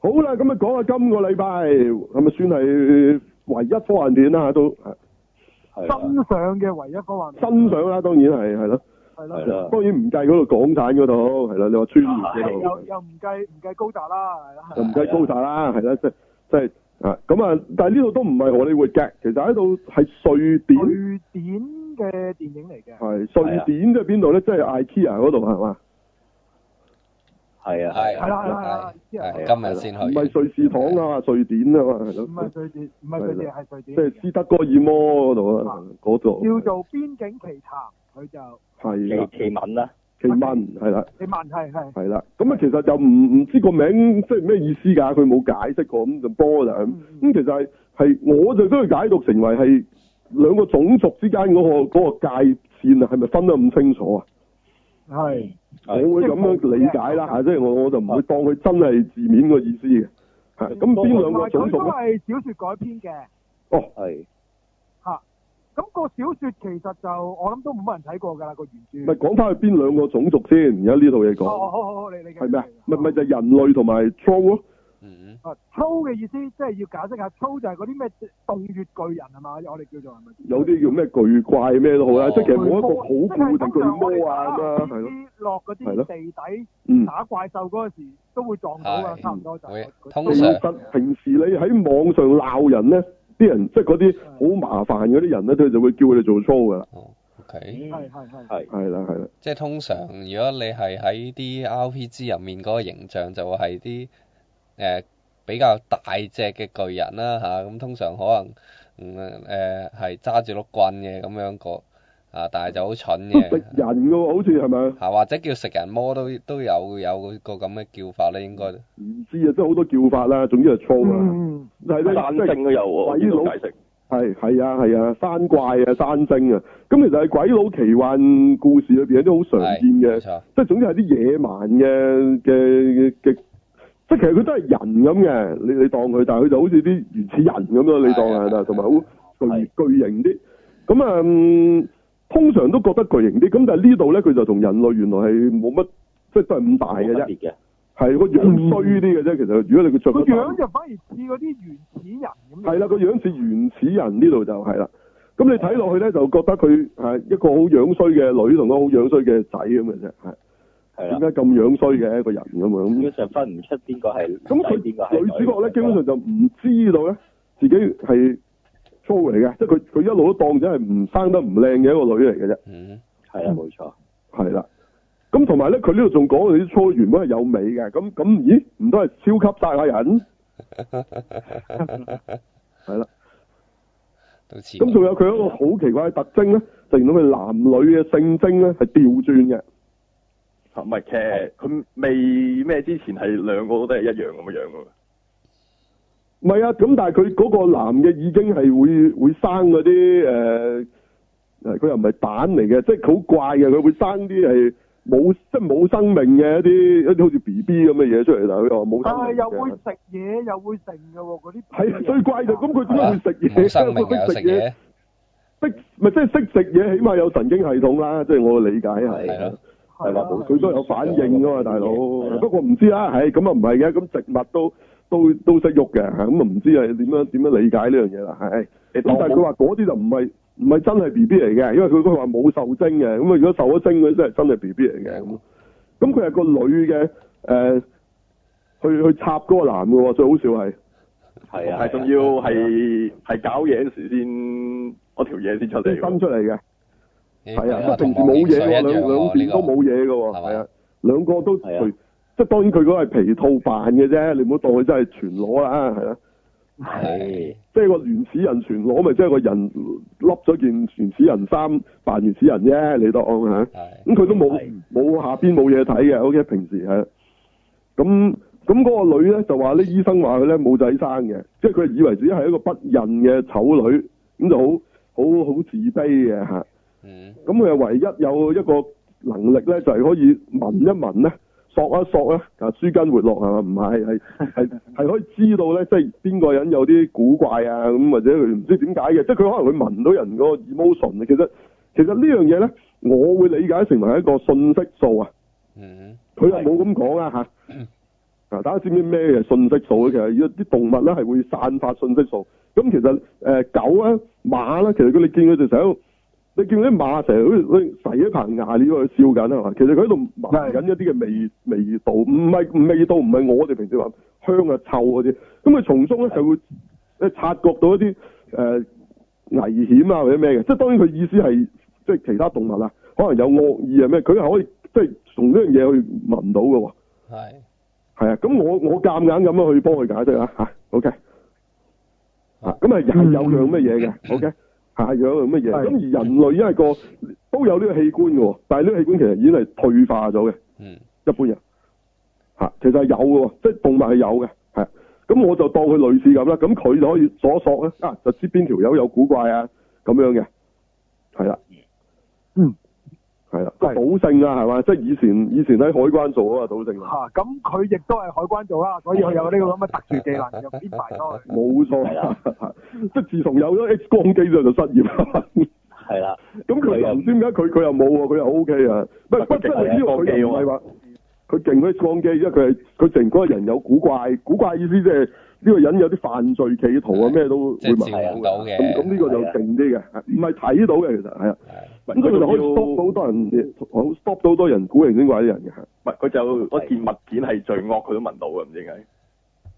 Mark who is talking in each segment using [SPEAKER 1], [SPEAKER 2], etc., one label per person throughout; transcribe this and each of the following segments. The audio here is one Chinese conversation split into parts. [SPEAKER 1] 好啦，咁啊講下今個禮拜啊係咪算係唯一科幻片啦？都啊
[SPEAKER 2] 係啊
[SPEAKER 3] 真
[SPEAKER 2] 啦，
[SPEAKER 3] 相嘅唯一科幻片，
[SPEAKER 1] 新上啦，當然係係咯，
[SPEAKER 3] 係啊
[SPEAKER 2] 係
[SPEAKER 3] 啦，
[SPEAKER 2] 啦，
[SPEAKER 1] 當然唔計嗰度港產嗰度係啦，你話穿越嗰
[SPEAKER 3] 又
[SPEAKER 1] 度
[SPEAKER 3] 又唔計唔計高達啦，係啦，
[SPEAKER 1] 就唔計高達啦，係啦，即係即係啊咁啊，但係呢度都唔係荷里活嘅，其實喺度係瑞典，
[SPEAKER 3] 瑞典嘅電影嚟嘅，
[SPEAKER 1] 係瑞典即係邊度咧？即係 IKEA 嗰度係嘛？
[SPEAKER 2] 係啊，係
[SPEAKER 4] 係
[SPEAKER 2] 啊，
[SPEAKER 3] 係啦係啦係啦
[SPEAKER 4] 係今日先去
[SPEAKER 1] 唔
[SPEAKER 4] 嘅，
[SPEAKER 1] 係瑞士糖啊嘛，瑞典啊嘛，係
[SPEAKER 3] 唔
[SPEAKER 1] 咯
[SPEAKER 3] 係，瑞典，唔係瑞典係瑞
[SPEAKER 1] 即
[SPEAKER 3] 典嚟
[SPEAKER 1] 係
[SPEAKER 3] 嘅，
[SPEAKER 1] 斯德哥爾摩嗰度啊，嗰度
[SPEAKER 3] 叫做邊境奇談，佢就
[SPEAKER 1] 係啦，
[SPEAKER 2] 奇奇文啦，
[SPEAKER 1] 奇文係啦。
[SPEAKER 3] 你問係係。
[SPEAKER 1] 係啦，咁啊其實就唔唔知個名即係咩意思㗎，佢冇解釋過，咁就波就係咁。咁、
[SPEAKER 3] 嗯
[SPEAKER 1] 其實係係我就將佢解讀成為係兩個種族之間嗰、個嗰個界線啊，係咪分得咁清楚啊？
[SPEAKER 3] 係
[SPEAKER 1] 我
[SPEAKER 2] 係
[SPEAKER 1] 會咁樣理解啦嚇，即係我我就唔會當佢真係字面個意思嘅。係咁
[SPEAKER 2] 嗯
[SPEAKER 1] 邊
[SPEAKER 3] 同
[SPEAKER 1] 兩
[SPEAKER 3] 埋
[SPEAKER 1] 個啊種
[SPEAKER 3] 佢
[SPEAKER 1] 族
[SPEAKER 3] 都
[SPEAKER 1] 咧？
[SPEAKER 3] 係小説改編嘅，
[SPEAKER 1] 哦，
[SPEAKER 2] 係
[SPEAKER 3] 咁、個小説其實就我諗都冇乜人睇過㗎啦，個原
[SPEAKER 1] 咪
[SPEAKER 3] 著。
[SPEAKER 1] 講翻去邊兩個種族先？而家呢套嘢講
[SPEAKER 3] 哦哦，好好好，你你繼續
[SPEAKER 1] 係咩啊？咪咪
[SPEAKER 3] 啊
[SPEAKER 1] 就係人類同埋 troll 咯，
[SPEAKER 4] 嗯，
[SPEAKER 3] 粗嘅意思，即係要解釋下粗就係嗰啲咩洞穴巨人係嘛？我哋叫做係咪？
[SPEAKER 1] 有啲叫咩巨怪咩都好啦，
[SPEAKER 4] 哦
[SPEAKER 1] 即係其實冇一個好固定巨魔啊咁啊，係咯，
[SPEAKER 3] 啲落嗰
[SPEAKER 1] 係
[SPEAKER 3] 啲
[SPEAKER 1] 咯
[SPEAKER 3] 地
[SPEAKER 1] 嗯
[SPEAKER 3] 底。打怪獸嗰陣時都會撞到啊，
[SPEAKER 4] 係
[SPEAKER 3] 差唔多就係
[SPEAKER 4] 會
[SPEAKER 3] 嗰。
[SPEAKER 4] 通
[SPEAKER 1] 其
[SPEAKER 4] 常
[SPEAKER 1] 實平時你喺網上鬧人咧，啲人即係嗰啲好麻煩嗰啲人咧，佢就會叫佢哋做粗噶啦，
[SPEAKER 4] 哦，OK，
[SPEAKER 3] 係係係。
[SPEAKER 2] 係
[SPEAKER 1] 係啦係啦，
[SPEAKER 4] 即係通常如果你係喺啲 RPG 入面嗰個形象就會係啲誒比較大隻嘅巨人啦吓，咁、通常可能嗯誒係揸住碌棍嘅咁樣個啊，但係就好蠢
[SPEAKER 1] 都食
[SPEAKER 4] 嘅。
[SPEAKER 1] 人噶喎，好似係咪？
[SPEAKER 4] 嚇，或者叫食人魔都都有有個咁嘅叫法咧，應該
[SPEAKER 1] 唔知啊，即係好多叫法啦，總之係粗啦，
[SPEAKER 3] 嗯，
[SPEAKER 1] 但係咧
[SPEAKER 2] 山
[SPEAKER 1] 即係
[SPEAKER 2] 精啊都有喎，我見到解釋
[SPEAKER 1] 係係啊係啊，山怪啊山精啊，咁其實係鬼佬奇幻故事裏邊有啲好常
[SPEAKER 4] 係
[SPEAKER 1] 見
[SPEAKER 4] 冇
[SPEAKER 1] 嘅，
[SPEAKER 4] 錯，
[SPEAKER 1] 即係總之係啲野蠻嘅嘅嘅，即係其實佢都係人咁嘅，你你當佢，但係佢就好似啲原始人咁咯，你當係
[SPEAKER 4] 係
[SPEAKER 1] 啦，
[SPEAKER 4] 係
[SPEAKER 1] 同埋
[SPEAKER 4] 係
[SPEAKER 1] 好巨巨型啲。咁啊、嗯通常都覺得巨型啲，咁但係呢度咧，佢就同人類原來係冇乜，即係都係咁大嘅
[SPEAKER 2] 冇分
[SPEAKER 1] 啫，
[SPEAKER 2] 別嘅，
[SPEAKER 1] 係個樣衰啲嘅啫。其實如果你佢着
[SPEAKER 3] 個
[SPEAKER 1] 個
[SPEAKER 3] 樣就反而似嗰啲原始人咁樣。
[SPEAKER 1] 係啦，個樣似原始人呢度就係啦。咁你睇落去咧，就覺得佢係一個好樣衰嘅女同個好樣衰嘅仔咁嘅啫，係
[SPEAKER 2] 係啊
[SPEAKER 1] 點
[SPEAKER 2] 啦
[SPEAKER 1] 解，咁樣衰嘅一個人咁樣咁
[SPEAKER 2] 基？本上分唔出邊個係
[SPEAKER 1] 咁佢
[SPEAKER 2] 邊個係
[SPEAKER 1] 女主角咧，基本上就唔知道咧自己係粗嚟嘅，即係佢佢一路都當咗係唔生得唔靚嘅一個女嚟嘅啫，
[SPEAKER 4] 嗯，
[SPEAKER 2] 係啦，冇錯，
[SPEAKER 1] 係啦。咁同埋咧，佢呢度仲講佢啲粗原本係有尾嘅，咁咁咦？唔通係超級撒亞 人？係啦，
[SPEAKER 4] 都似。
[SPEAKER 1] 咁仲有佢一個好奇怪嘅特徵咧，就原來佢男女嘅性徵咧係調轉嘅，
[SPEAKER 5] 啊唔係，其實佢未咩之前係兩個都係一樣咁嘅樣噶嘛。
[SPEAKER 1] 唔係啊，咁但係佢嗰個男嘅已經係會會生嗰啲誒，呃佢、又唔係蛋嚟嘅，即係佢好怪嘅，佢會生啲係冇即係冇生命嘅一啲一啲好似 B B 咁嘅嘢出嚟，但係佢又話冇
[SPEAKER 3] 但
[SPEAKER 1] 生
[SPEAKER 3] 係
[SPEAKER 1] 命
[SPEAKER 3] 又會
[SPEAKER 1] 嘅。
[SPEAKER 3] 食嘢，又會剩嘅喎，嗰啲
[SPEAKER 1] 係啊，最怪就咁，佢點解會食嘢？
[SPEAKER 4] 冇生命
[SPEAKER 1] 佢
[SPEAKER 4] 有食嘢，
[SPEAKER 1] 識咪即係識食嘢，起碼有神經系統啦，即係我嘅理解係。
[SPEAKER 4] 係咯，
[SPEAKER 2] 係啦冇
[SPEAKER 1] 佢都有反應噶嘛，大佬
[SPEAKER 2] 係啊。
[SPEAKER 1] 不過唔知啦，係咁啊唔係嘅，咁植物都都都識喐嘅，係咁啊唔知係點樣點樣理解呢樣嘢啦，係。
[SPEAKER 5] 你
[SPEAKER 1] 咁
[SPEAKER 5] 當
[SPEAKER 1] 但係佢話嗰啲就唔係唔係真係 B B 嚟嘅，因為佢佢話冇受精嘅，咁啊如果受咗精嗰啲真係真係 B B 嚟嘅咁。咁佢係個女嘅誒、呃去去插嗰個男嘅喎，最好笑係
[SPEAKER 2] 係啊，
[SPEAKER 5] 係仲要係係搞嘢嗰時先，我條嘢先出嚟
[SPEAKER 1] 啲
[SPEAKER 5] 喎。
[SPEAKER 1] 分出嚟嘅，
[SPEAKER 4] 咦
[SPEAKER 1] 係
[SPEAKER 4] 咁
[SPEAKER 1] 啊，即係
[SPEAKER 4] 同
[SPEAKER 1] 平時
[SPEAKER 4] 我
[SPEAKER 1] 冇
[SPEAKER 4] 面
[SPEAKER 1] 嘢喎，
[SPEAKER 4] 水一
[SPEAKER 1] 兩
[SPEAKER 4] 樣
[SPEAKER 1] 兩
[SPEAKER 4] 喎呢
[SPEAKER 1] 邊都
[SPEAKER 4] 個
[SPEAKER 1] 冇嘢嘅喎，
[SPEAKER 4] 係嘛
[SPEAKER 1] 係啊，兩個都
[SPEAKER 2] 係啊
[SPEAKER 1] 除即係當然佢嗰個係皮套扮嘅啫，你唔好當佢真係全裸啦，係啦。啊
[SPEAKER 2] 係
[SPEAKER 1] 即係個原始人全裸，咪即係個人笠咗件原始人衫扮原始人啫，你當嚇。
[SPEAKER 4] 係
[SPEAKER 1] 咁佢都冇
[SPEAKER 2] 係
[SPEAKER 1] 冇下邊冇嘢睇嘅，OK，平時係。咁咁嗰個女咧就話咧，醫生話佢咧冇仔生嘅，即係佢以為自己係一個不孕嘅醜女，咁就好好好自卑嘅嚇。
[SPEAKER 4] 嗯
[SPEAKER 1] 咁佢係唯一有一個能力咧，就係、可以聞一聞咧，索一索咧，啊舒筋活絡係嘛？唔係係係係可以知道咧，即係邊個人有啲古怪啊咁，或者佢唔知點解嘅，即係佢可能會聞到人嗰個 emotion 啊。其實其實呢樣嘢咧，我會理解成為一個信息素啊。
[SPEAKER 4] 嗯
[SPEAKER 1] 佢又冇咁講啊嚇，啊，大家知唔知咩係信息素咧？其實一啲動物咧係會散發信息素。咁其實誒、呃狗咧、馬咧，其實佢哋見佢哋成日，你見啲馬成日好似好似洗一棚牙，你以為佢笑緊係嘛？其實佢喺度聞緊一啲嘅味味道，唔係味道，唔係我哋平時話香啊、臭嗰啲。咁佢從中咧係會咧察覺到一啲誒、呃危險啊或者咩嘅。即係當然佢意思係即係其他動物啊，可能有惡意啊咩，佢係可以即係從呢樣嘢去聞到嘅喎。
[SPEAKER 4] 係
[SPEAKER 1] 係啊，咁我我夾硬咁樣去幫佢解釋啊嚇，OK，啊咁啊
[SPEAKER 3] 嗯
[SPEAKER 1] 人有樣乜嘢嘅，OK，下有樣乜嘢，
[SPEAKER 3] 係
[SPEAKER 1] 咁而人類因為個都有呢個器官嘅喎，但係呢個器官其實已經係退化咗嘅，
[SPEAKER 4] 嗯
[SPEAKER 1] 一般人嚇、啊其實係有嘅喎，即係動物係有嘅，係啊咁我就當佢類似咁啦，咁佢就可以索一索咧，啊就知邊條友有古怪啊咁樣嘅，係啦，
[SPEAKER 3] 嗯，
[SPEAKER 1] 係啦，
[SPEAKER 3] 係
[SPEAKER 1] 賭性啊係嘛，即係以前以前喺海關做啊嘛賭性啊。
[SPEAKER 3] 嚇咁佢亦都係海關做啦，所以佢有呢個咁嘅特殊技能，就編排咗佢。
[SPEAKER 1] 冇錯
[SPEAKER 2] 係啦，
[SPEAKER 3] 啊
[SPEAKER 1] 即係自從有咗 X 光機之後就失業啦。
[SPEAKER 2] 係啦，
[SPEAKER 1] 咁佢
[SPEAKER 2] 佢
[SPEAKER 1] 又
[SPEAKER 2] 又
[SPEAKER 1] 唔知點解佢佢又冇喎，佢又 O K 啊。不
[SPEAKER 5] 但
[SPEAKER 1] 不
[SPEAKER 5] 佢
[SPEAKER 1] 即
[SPEAKER 5] 勁
[SPEAKER 1] 係呢個
[SPEAKER 5] 過 X 光機
[SPEAKER 1] 佢又唔係話佢勁過 X 光機，因為佢係佢成個人有古怪，古怪意思即係呢個人有啲犯罪企圖啊，
[SPEAKER 4] 係
[SPEAKER 1] 咩都
[SPEAKER 4] 即
[SPEAKER 1] 會
[SPEAKER 4] 係
[SPEAKER 1] 聞
[SPEAKER 4] 照顧到嘅
[SPEAKER 1] 咁咁呢個就
[SPEAKER 2] 係啊
[SPEAKER 1] 勁啲嘅，唔係睇到嘅其實係啊。
[SPEAKER 4] 係
[SPEAKER 1] 咁所以佢就可以 stop 到好多人，好 stop 到好多人古靈精怪啲人嘅。
[SPEAKER 5] 唔係佢就嗰件物件係罪惡，佢都聞到嘅，唔知點解。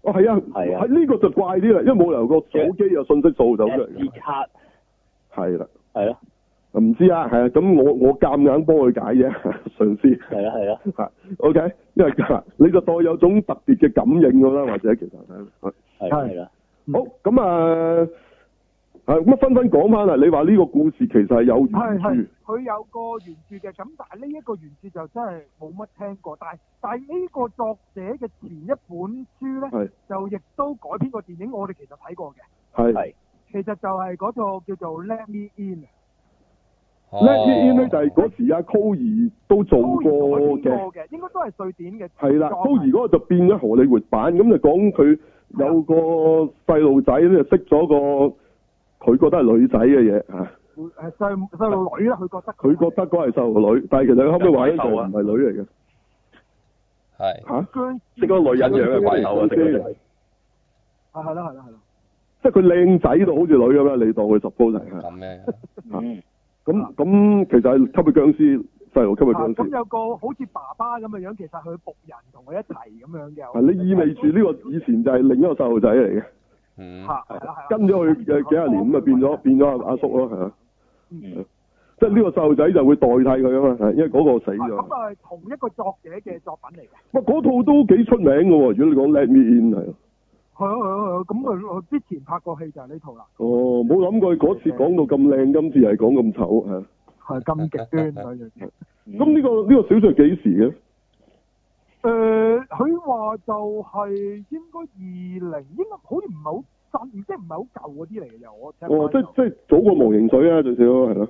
[SPEAKER 1] 哦，係啊，
[SPEAKER 2] 係啊
[SPEAKER 1] 喺呢個就怪啲啦，因為冇理由個手機有信息素走出嚟
[SPEAKER 2] 一
[SPEAKER 1] 嘅
[SPEAKER 2] 支，卡
[SPEAKER 1] 係啦。
[SPEAKER 2] 係咯，
[SPEAKER 1] 唔知啊，係啊，咁我我夾硬幫佢解啫， 嘗試
[SPEAKER 2] 係啦，係啦，
[SPEAKER 1] 嚇，OK，因 為你就當有種特別嘅感應咁啦，或者其實係
[SPEAKER 2] 係啦，係啦，
[SPEAKER 1] 好咁啊，係咁啊，分分講翻啦，你話呢個故事其實係有
[SPEAKER 3] 係
[SPEAKER 1] 原
[SPEAKER 3] 係
[SPEAKER 1] 著，，
[SPEAKER 3] 佢有個原著嘅，咁但係呢一個原著就真係冇乜聽過，但係但係呢個作者嘅前一本書
[SPEAKER 1] 係
[SPEAKER 3] 咧，就亦都改編過電影，我哋其實睇過
[SPEAKER 1] 係
[SPEAKER 3] 嘅，
[SPEAKER 2] 係
[SPEAKER 3] 其實就係嗰套叫做《Let Me In》
[SPEAKER 4] 哦
[SPEAKER 1] 咧呢呢呢就係嗰時阿 c o y 都做
[SPEAKER 3] 都
[SPEAKER 1] 過
[SPEAKER 3] 改編
[SPEAKER 1] 嘅，
[SPEAKER 3] 過嘅，應該都係瑞典嘅
[SPEAKER 1] 係啦 c
[SPEAKER 3] 作
[SPEAKER 1] o
[SPEAKER 3] 品
[SPEAKER 1] y 嗰個就變咗荷里活版，咁就講佢有個細路仔咧識咗個佢覺得係女仔嘅嘢嚇。
[SPEAKER 3] 誒呃細細路女啦，佢覺得
[SPEAKER 1] 佢覺得嗰係細路女，但係其實佢後尾話咧就
[SPEAKER 5] 有怪獸啊
[SPEAKER 1] 唔係女嚟嘅嚇，
[SPEAKER 4] 係
[SPEAKER 3] 僵屍
[SPEAKER 5] 即係嗰個女人樣嘅怪獸啊，成個人
[SPEAKER 3] 啊係啦係啦係啦，
[SPEAKER 1] 即係佢靚仔到好似女咁樣，你當佢 suppose 係嚇
[SPEAKER 3] 啊
[SPEAKER 4] 咁樣嘅，
[SPEAKER 2] 嗯，
[SPEAKER 1] 咁咁其實係吸血僵屍細路吸血
[SPEAKER 3] 啊
[SPEAKER 1] 僵
[SPEAKER 3] 咁
[SPEAKER 1] 屍，
[SPEAKER 3] 有個好似爸爸咁嘅樣，其實佢仆人同佢一齊咁樣嘅。
[SPEAKER 1] 係啊你意味住呢個以前就係另一個細路仔嚟嘅，
[SPEAKER 3] 啊
[SPEAKER 4] 嗯
[SPEAKER 3] 嚇係啦係啦，
[SPEAKER 1] 跟咗佢嘅幾廿年咁啊變
[SPEAKER 3] 嗯
[SPEAKER 1] 咗變咗阿阿叔咯係啊，
[SPEAKER 2] 嗯，
[SPEAKER 1] 即係呢個細路仔就會代替佢啊嘛，係因為嗰個死
[SPEAKER 3] 啊
[SPEAKER 1] 咗
[SPEAKER 3] 咁。啊，同一個作者嘅作品嚟嘅。
[SPEAKER 1] 哇！嗰套都幾出名嘅喎，如果你講 Let Me In 係啊，
[SPEAKER 3] 係啊係啊係啊，咁佢佢之前拍過戲就係呢套啦，
[SPEAKER 1] 哦冇諗過佢嗰次
[SPEAKER 3] 嗯
[SPEAKER 1] 講到咁靚，今次係講咁醜係啊。
[SPEAKER 3] 係咁極端所以。嗯
[SPEAKER 1] 咁呢個呢個小説幾時嘅？
[SPEAKER 3] 誒，佢話就係應該二零，應該好似唔係好新，即係唔係好舊嗰啲嚟嘅又我聽翻就。
[SPEAKER 1] 哦，即即早過模型水啊，最少係咯。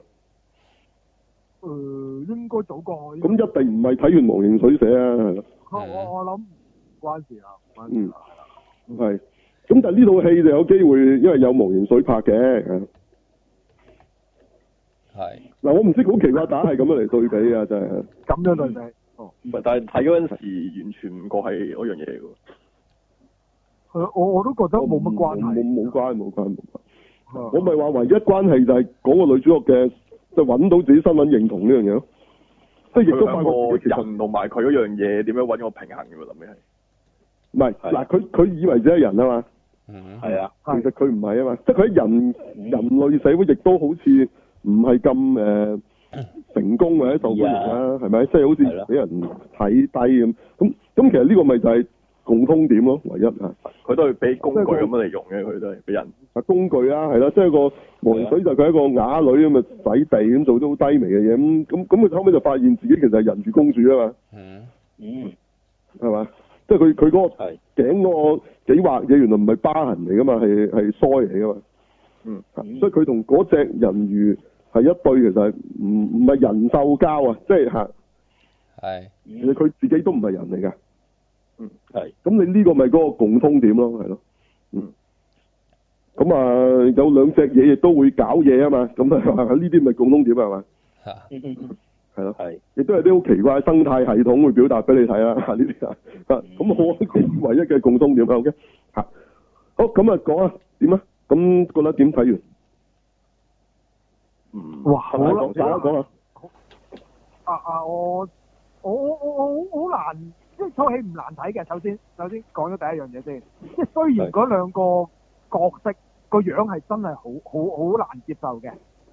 [SPEAKER 3] 誒應該早過。
[SPEAKER 1] 咁一定唔係睇完模型水寫啊，係咯，
[SPEAKER 3] 我我我諗唔關事啦，唔關事啦。
[SPEAKER 1] 係。咁但係呢套戲就有機會，因為有模型水拍嘅。係
[SPEAKER 4] 係
[SPEAKER 1] 嗱，我唔知好奇怪，打係咁樣嚟對比啊，真係。
[SPEAKER 3] 咁樣對比，哦，
[SPEAKER 5] 唔係但係睇嗰陣時完全唔覺係嗰樣嘢嚟喎。
[SPEAKER 3] 佢我我都覺得冇乜關
[SPEAKER 1] 冇
[SPEAKER 3] 係。
[SPEAKER 1] 冇冇關冇關冇關。
[SPEAKER 3] 係啊
[SPEAKER 1] 我咪話唯一關係就係講個女主角嘅，就揾到自己身份認同呢樣嘢咯。即係亦都發覺自
[SPEAKER 5] 佢
[SPEAKER 1] 己其
[SPEAKER 5] 兩個
[SPEAKER 1] 實
[SPEAKER 5] 人同埋佢嗰樣嘢點樣揾個平衡嘅喎，諗起係。
[SPEAKER 1] 唔係
[SPEAKER 2] 係
[SPEAKER 1] 嗱，佢佢以為自己係人啊嘛，
[SPEAKER 4] 嗯
[SPEAKER 2] 係啊，
[SPEAKER 1] 其實佢唔係啊嘛，即係佢喺人人類社會亦都好似唔係咁誒成功或者受歡迎啦，係咪？即係好
[SPEAKER 2] 係
[SPEAKER 1] 似
[SPEAKER 2] 咯
[SPEAKER 1] 俾人睇低咁。咁咁其實呢個咪就係共通點咯，唯一啊，
[SPEAKER 5] 佢都係俾工具咁樣嚟用嘅，佢都係俾人。
[SPEAKER 1] 啊工具啦，係啦，即係個黃水就佢係一個啞女咁啊，洗地咁做啲好低微嘅嘢咁咁咁佢後尾就發現自己其實係人魚公主啊嘛，
[SPEAKER 4] 嗯
[SPEAKER 2] 嗯，
[SPEAKER 1] 係嘛？即係佢佢嗰
[SPEAKER 2] 係
[SPEAKER 1] 個頸嗰個幾劃嘢原來唔係疤痕嚟噶嘛，係係腮嚟噶嘛。啊
[SPEAKER 5] 嗯，
[SPEAKER 2] 嗯
[SPEAKER 1] 所以佢同嗰只人魚係一對，其實係唔唔係人獸交啊，即係嚇，
[SPEAKER 4] 係
[SPEAKER 1] 其實
[SPEAKER 2] 嗯
[SPEAKER 1] 佢自己都唔係人嚟㗎。
[SPEAKER 2] 係，
[SPEAKER 1] 咁你呢個咪嗰個共通點咯，係咯，嗯。咁啊，有兩隻嘢亦都會搞嘢啊嘛，咁啊呢啲咪共通點係嘛？
[SPEAKER 4] 嚇
[SPEAKER 2] 嗯
[SPEAKER 1] 啊係咯，
[SPEAKER 2] 係
[SPEAKER 1] 亦都有啲好奇怪嘅生態系統會表達俾你睇啦，呢啲啊， 啊咁我
[SPEAKER 5] 嗯
[SPEAKER 1] 啲唯一嘅共通點啊，OK，嚇，好咁啊講啊點啊，咁覺得點睇完？
[SPEAKER 5] 嗯，
[SPEAKER 3] 哇，好啦，
[SPEAKER 1] 講下講下，
[SPEAKER 3] 啊啊！我我我我我好好難，即係套戲唔難睇嘅。首先首先講咗第一樣嘢先，即係雖然
[SPEAKER 2] 係
[SPEAKER 3] 嗰兩個角色個樣係真係好好好難接受嘅，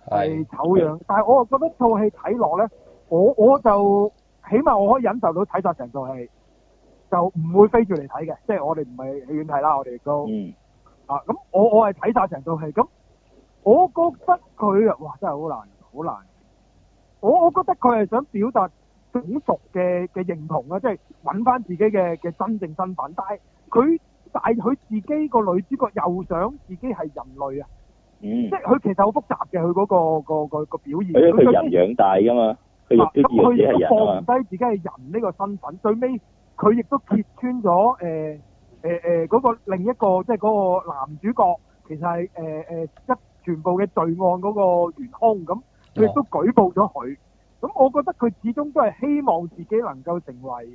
[SPEAKER 3] 係
[SPEAKER 4] 係哦
[SPEAKER 3] 醜樣，但係我又覺得套戲睇落咧，我我就起碼我可以忍受到睇晒成套戲，就唔會飛住嚟睇嘅。即係我哋唔係戲院睇啦，我哋亦都。
[SPEAKER 2] 嗯
[SPEAKER 3] 啊，咁我我係睇晒成套戲，咁我覺得佢啊，哇，真係好難，好難。我我覺得佢係想表達種族嘅嘅認同啊，即係揾翻自己嘅嘅真正身份。但係佢但係佢自己個女主角又想自己係人類啊，
[SPEAKER 2] 嗯
[SPEAKER 3] 即，係佢其實好複雜嘅，佢嗰、個個個個表現。
[SPEAKER 2] 係因為佢
[SPEAKER 3] 最
[SPEAKER 2] 人養大噶嘛，佢
[SPEAKER 3] 啊
[SPEAKER 2] 亦
[SPEAKER 3] 咁
[SPEAKER 2] 都以為自己係
[SPEAKER 3] 佢亦都
[SPEAKER 2] 人
[SPEAKER 3] 放
[SPEAKER 2] 啊嘛，
[SPEAKER 3] 唔低自己係人呢個身份，最尾佢亦都揭穿咗誒誒誒嗰個另一個即係嗰個男主角其實係誒誒一全部嘅罪案嗰個元兇咁，佢亦都舉報咗佢。咁我覺得佢始終都係希望自己能夠成為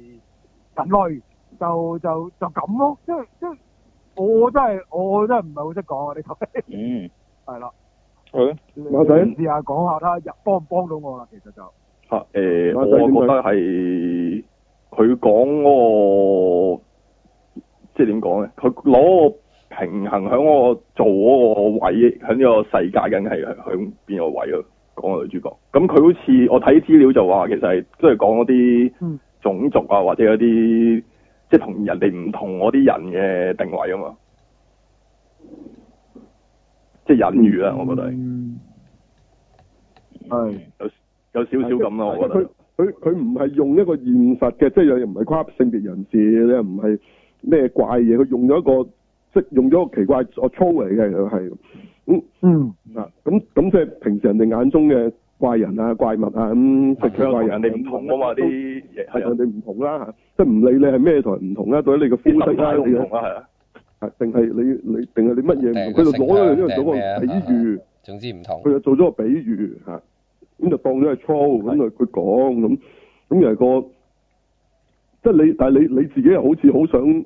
[SPEAKER 3] 人類，就就就咁咯。即係即係我真係我真係唔係好識講啊！你講
[SPEAKER 2] 嗯，
[SPEAKER 3] 係啦，
[SPEAKER 2] 係咯，
[SPEAKER 3] 你
[SPEAKER 1] 馬仔
[SPEAKER 3] 試下講下啦，入幫唔幫到我啦？其實就。
[SPEAKER 5] 嚇
[SPEAKER 3] 啊
[SPEAKER 5] 誒，
[SPEAKER 1] 馬
[SPEAKER 5] 啊呃我
[SPEAKER 1] 仔點睇
[SPEAKER 5] 覺得係佢講嗰個，即係點講咧？佢攞個平衡喺我做嗰個位，喺呢個世界緊係響邊個位咯？講個女主角，咁佢好似我睇資料就話，其實係即係講嗰啲
[SPEAKER 3] 嗯
[SPEAKER 5] 種族啊，或者嗰啲即係同人哋唔同嗰啲人嘅定位啊嘛，即係隱喻啦，我覺得係
[SPEAKER 3] 嗯，係。
[SPEAKER 5] 有少少咁咯，我覺得
[SPEAKER 1] 佢。佢佢唔係用一個現實嘅，即係又唔係跨性別人士，你又唔係咩怪嘢，佢用咗一個即係用咗個奇怪我粗嚟嘅，佢係咁
[SPEAKER 3] 嗯，
[SPEAKER 1] 啊咁咁即係平時人哋眼中嘅怪人啊、怪物啊咁，即係奇
[SPEAKER 5] 佢
[SPEAKER 1] 怪
[SPEAKER 5] 同
[SPEAKER 1] 人
[SPEAKER 5] 人哋唔同啊嘛，啲嘢
[SPEAKER 1] 係
[SPEAKER 5] 係
[SPEAKER 1] 人
[SPEAKER 5] 啊，
[SPEAKER 1] 哋唔同啦嚇，即係唔理你係咩同人唔同啦，對於你嘅膚
[SPEAKER 5] 啲
[SPEAKER 1] 色
[SPEAKER 5] 心態
[SPEAKER 1] 啦，
[SPEAKER 5] 都
[SPEAKER 1] 你
[SPEAKER 5] 唔
[SPEAKER 1] 嘅
[SPEAKER 5] 同啊，係啊，
[SPEAKER 1] 啊定係你你定係你乜嘢唔同，
[SPEAKER 4] 定
[SPEAKER 1] 佢就
[SPEAKER 4] 性
[SPEAKER 1] 攞咗呢
[SPEAKER 4] 向定
[SPEAKER 1] 度做
[SPEAKER 4] 咩啊
[SPEAKER 1] 個比喻。
[SPEAKER 4] 總之唔同
[SPEAKER 1] 佢，就做咗個比喻嚇，咁就當咗係粗，咁就佢講咁，咁又係個，即係你，但係你你自己又好似好想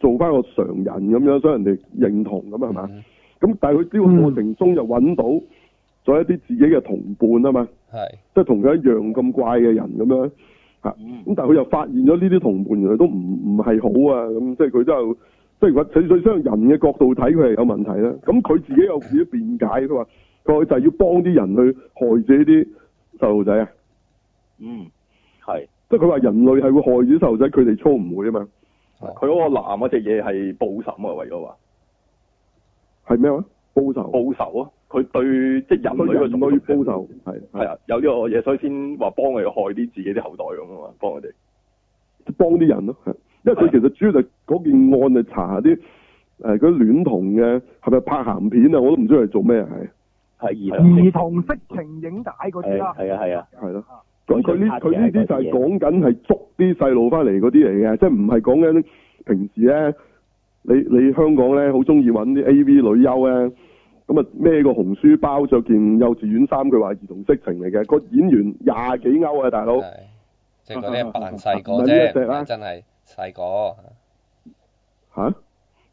[SPEAKER 1] 做翻個常人咁樣，想人哋認同咁啊係嘛？
[SPEAKER 4] 嗯
[SPEAKER 1] 咁、但係佢呢個過程中又揾到咗一啲自己嘅同伴啊嘛，
[SPEAKER 4] 係
[SPEAKER 1] 即係同佢一樣咁怪嘅人咁樣嚇，
[SPEAKER 2] 嗯
[SPEAKER 1] 咁、但係佢又發現咗呢啲同伴原來都唔唔係好啊，咁即係佢都有。即係如果純粹從人嘅角度睇，佢係有問題啦。咁佢自己有自己辯解，佢話佢就係要幫啲人去害自己啲細路仔啊。
[SPEAKER 2] 嗯，係，
[SPEAKER 1] 即係佢話人類係會害自己細路仔，佢哋操唔會啊嘛。
[SPEAKER 4] 哦
[SPEAKER 5] 佢嗰個男嗰隻嘢係報仇啊，為咗話
[SPEAKER 1] 係咩話？報仇，
[SPEAKER 5] 報仇啊，佢對即係人
[SPEAKER 1] 哦對
[SPEAKER 5] 類嘅
[SPEAKER 1] 人
[SPEAKER 5] 種
[SPEAKER 1] 類
[SPEAKER 5] 族
[SPEAKER 1] 報仇，係
[SPEAKER 5] 係
[SPEAKER 1] 係
[SPEAKER 5] 啊，有呢個嘢，所以先話幫佢哋害啲自己啲後代咁啊嘛，幫佢哋
[SPEAKER 1] 幫啲人咯。係因為
[SPEAKER 5] 啊
[SPEAKER 1] 佢其實主要就嗰件案就查啲誒嗰啲戀童嘅係咪拍鹹片啊？我都唔知佢係做咩係
[SPEAKER 2] 係兒童
[SPEAKER 3] 兒
[SPEAKER 2] 色，
[SPEAKER 3] 童色情影帶嗰啲
[SPEAKER 2] 係啊
[SPEAKER 3] 啦，
[SPEAKER 2] 係啊係啊，
[SPEAKER 1] 係咯。
[SPEAKER 3] 啊
[SPEAKER 1] 咁佢呢佢呢啲就係講緊係捉啲細路翻嚟嗰啲嚟嘅，即係唔係講緊平時咧，你你香港咧好中意揾啲 A.V. 女優咧，咁啊孭個紅書包，着件幼稚園衫，佢話兒童色情嚟嘅，個演員廿幾歐啊，大佬，
[SPEAKER 4] 係即係嗰啲係扮細個
[SPEAKER 1] 唔係呢一
[SPEAKER 4] 啫，
[SPEAKER 1] 隻
[SPEAKER 4] 唔
[SPEAKER 1] 啦
[SPEAKER 4] 係真係細個，
[SPEAKER 1] 吓、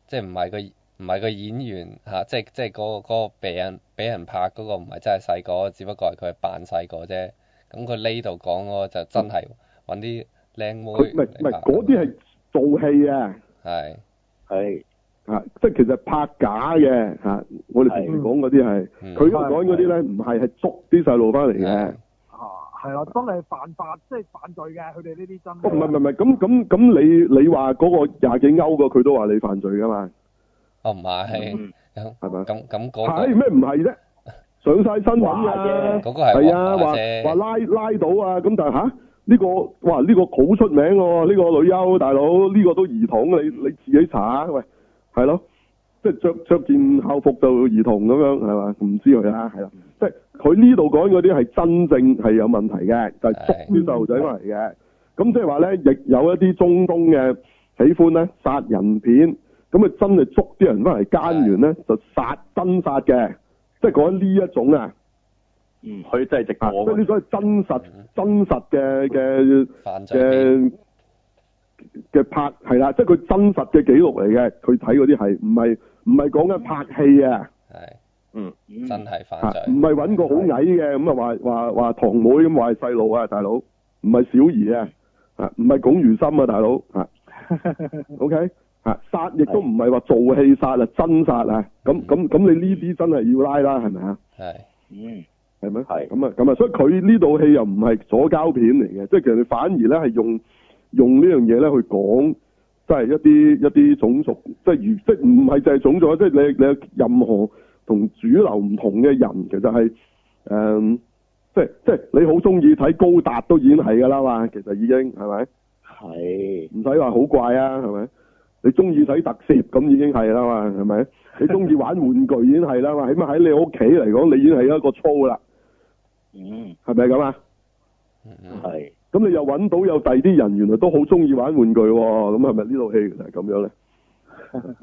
[SPEAKER 4] 即係唔係個唔係個演員嚇，即係即係嗰個嗰個被人俾人拍嗰個唔係真係細個，只不過係佢係扮細個啫。咁佢呢度講嗰個就真係揾啲靚
[SPEAKER 1] 嗯
[SPEAKER 4] 妹
[SPEAKER 1] 佢唔係唔係
[SPEAKER 4] 嚟拍
[SPEAKER 1] 嗰啲係做戲啊，
[SPEAKER 4] 係
[SPEAKER 2] 係
[SPEAKER 1] 嚇、即係其實拍假嘅嚇、我哋平時講嗰啲係，
[SPEAKER 4] 嗯
[SPEAKER 1] 佢講嗰啲咧唔係係捉啲細路翻嚟嘅。
[SPEAKER 3] 啊係啦，真係犯法，即係犯罪嘅，佢哋呢啲真
[SPEAKER 1] 哦，
[SPEAKER 3] 係。
[SPEAKER 1] 唔係唔係唔係，咁咁咁，你你話嗰個廿幾歐個，佢都話你犯罪噶嘛，
[SPEAKER 4] 哦唔係
[SPEAKER 2] 嗯
[SPEAKER 4] 咁
[SPEAKER 1] 係咪？
[SPEAKER 4] 咁咁嗰
[SPEAKER 1] 係
[SPEAKER 4] 個
[SPEAKER 1] 咩唔係啫？上晒新聞
[SPEAKER 2] 話
[SPEAKER 1] 啊
[SPEAKER 2] 啫！
[SPEAKER 4] 嗰個係
[SPEAKER 1] 係啊，
[SPEAKER 4] 畫
[SPEAKER 1] 話
[SPEAKER 4] 啫，
[SPEAKER 1] 話拉拉到啊，咁但係吓呢個哇呢個好出名喎，呢個女優大佬呢個都兒童，你你自己查下喂，係咯，即係着着件校服就兒童咁樣係嘛？唔知佢啦，係啦，即係佢呢度講嗰啲係真正係有問題嘅，就係捉啲細路仔翻嚟嘅。咁即係話咧，亦有一啲中東嘅喜歡咧殺人片，咁啊真係捉啲人翻嚟奸完咧就殺真殺嘅，即係講緊呢一種啊。
[SPEAKER 2] 嗯
[SPEAKER 5] 佢真係直
[SPEAKER 1] 啊，即
[SPEAKER 5] 播
[SPEAKER 1] 係呢
[SPEAKER 5] 啊
[SPEAKER 1] 所謂真實真實嘅嘅
[SPEAKER 4] 犯罪片
[SPEAKER 1] 嘅嘅拍係啦，即係佢真實嘅記錄嚟嘅，佢睇嗰啲係唔係唔係講緊拍戲啊？
[SPEAKER 4] 係
[SPEAKER 5] 嗯，
[SPEAKER 2] 嗯
[SPEAKER 4] 真啊係犯
[SPEAKER 1] 嚇
[SPEAKER 4] 罪，
[SPEAKER 1] 唔係揾個好矮嘅咁啊，話話話堂妹咁話係細路啊，大佬唔係小兒啊，啊唔係龔如心啊，大佬啊，OK 啊殺亦都唔係話做戲殺啊，真殺啊，咁咁咁你呢啲真係要拉啦，係咪啊？
[SPEAKER 4] 係
[SPEAKER 2] 嗯
[SPEAKER 1] 係咪？
[SPEAKER 2] 係
[SPEAKER 1] 咁啊咁啊，所以佢呢套戲又唔係左膠片嚟嘅，即係其實你反而咧係用用呢樣嘢咧去講，即係一啲一啲種族，即係如即係唔係就係種族，即係你你有任何同主流唔同嘅人，其實係誒、嗯即係即係你好中意睇高達都已經係㗎啦嘛，其實已經係咪？
[SPEAKER 2] 係
[SPEAKER 1] 唔使話好怪啊，係咪？你中意睇特攝咁已經係啦嘛，係咪？你中意玩玩具已經係啦嘛，起碼喺你屋企嚟講，你已經係一個粗啦，
[SPEAKER 2] 嗯
[SPEAKER 1] 係咪咁啊？
[SPEAKER 4] 嗯嗯
[SPEAKER 2] 係
[SPEAKER 1] 咁你又揾到有第二啲人原來都好中意玩玩具喎、咁係咪呢套戲就係咁樣咧？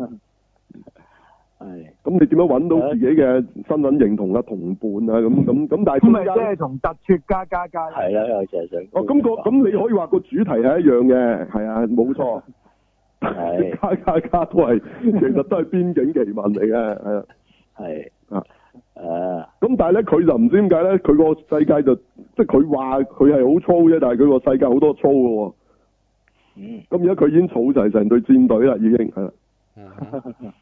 [SPEAKER 2] 係
[SPEAKER 1] 咁你點樣揾到自己嘅身份認同啊、同伴啊？咁咁咁，但係
[SPEAKER 3] 嗯咁咪
[SPEAKER 1] 中
[SPEAKER 3] 即
[SPEAKER 1] 間
[SPEAKER 3] 係同特撮加加加。
[SPEAKER 2] 係啦，我成日想
[SPEAKER 1] 哦，咁、個咁你可以話個主題係一樣嘅，係啊，冇錯，
[SPEAKER 2] 係
[SPEAKER 1] 家家家都係其實都係邊境奇聞嚟嘅，係啊。
[SPEAKER 2] 係
[SPEAKER 1] 啊
[SPEAKER 2] 啊
[SPEAKER 1] 咁但係咧，佢就唔知點解咧，佢個世界就即係佢話佢係好粗啫，但係佢個世界好多粗嘅
[SPEAKER 2] 嗯
[SPEAKER 1] 喎。咁而家佢已經儲齊成隊戰隊啦，已經係啦。
[SPEAKER 4] 嗯嗯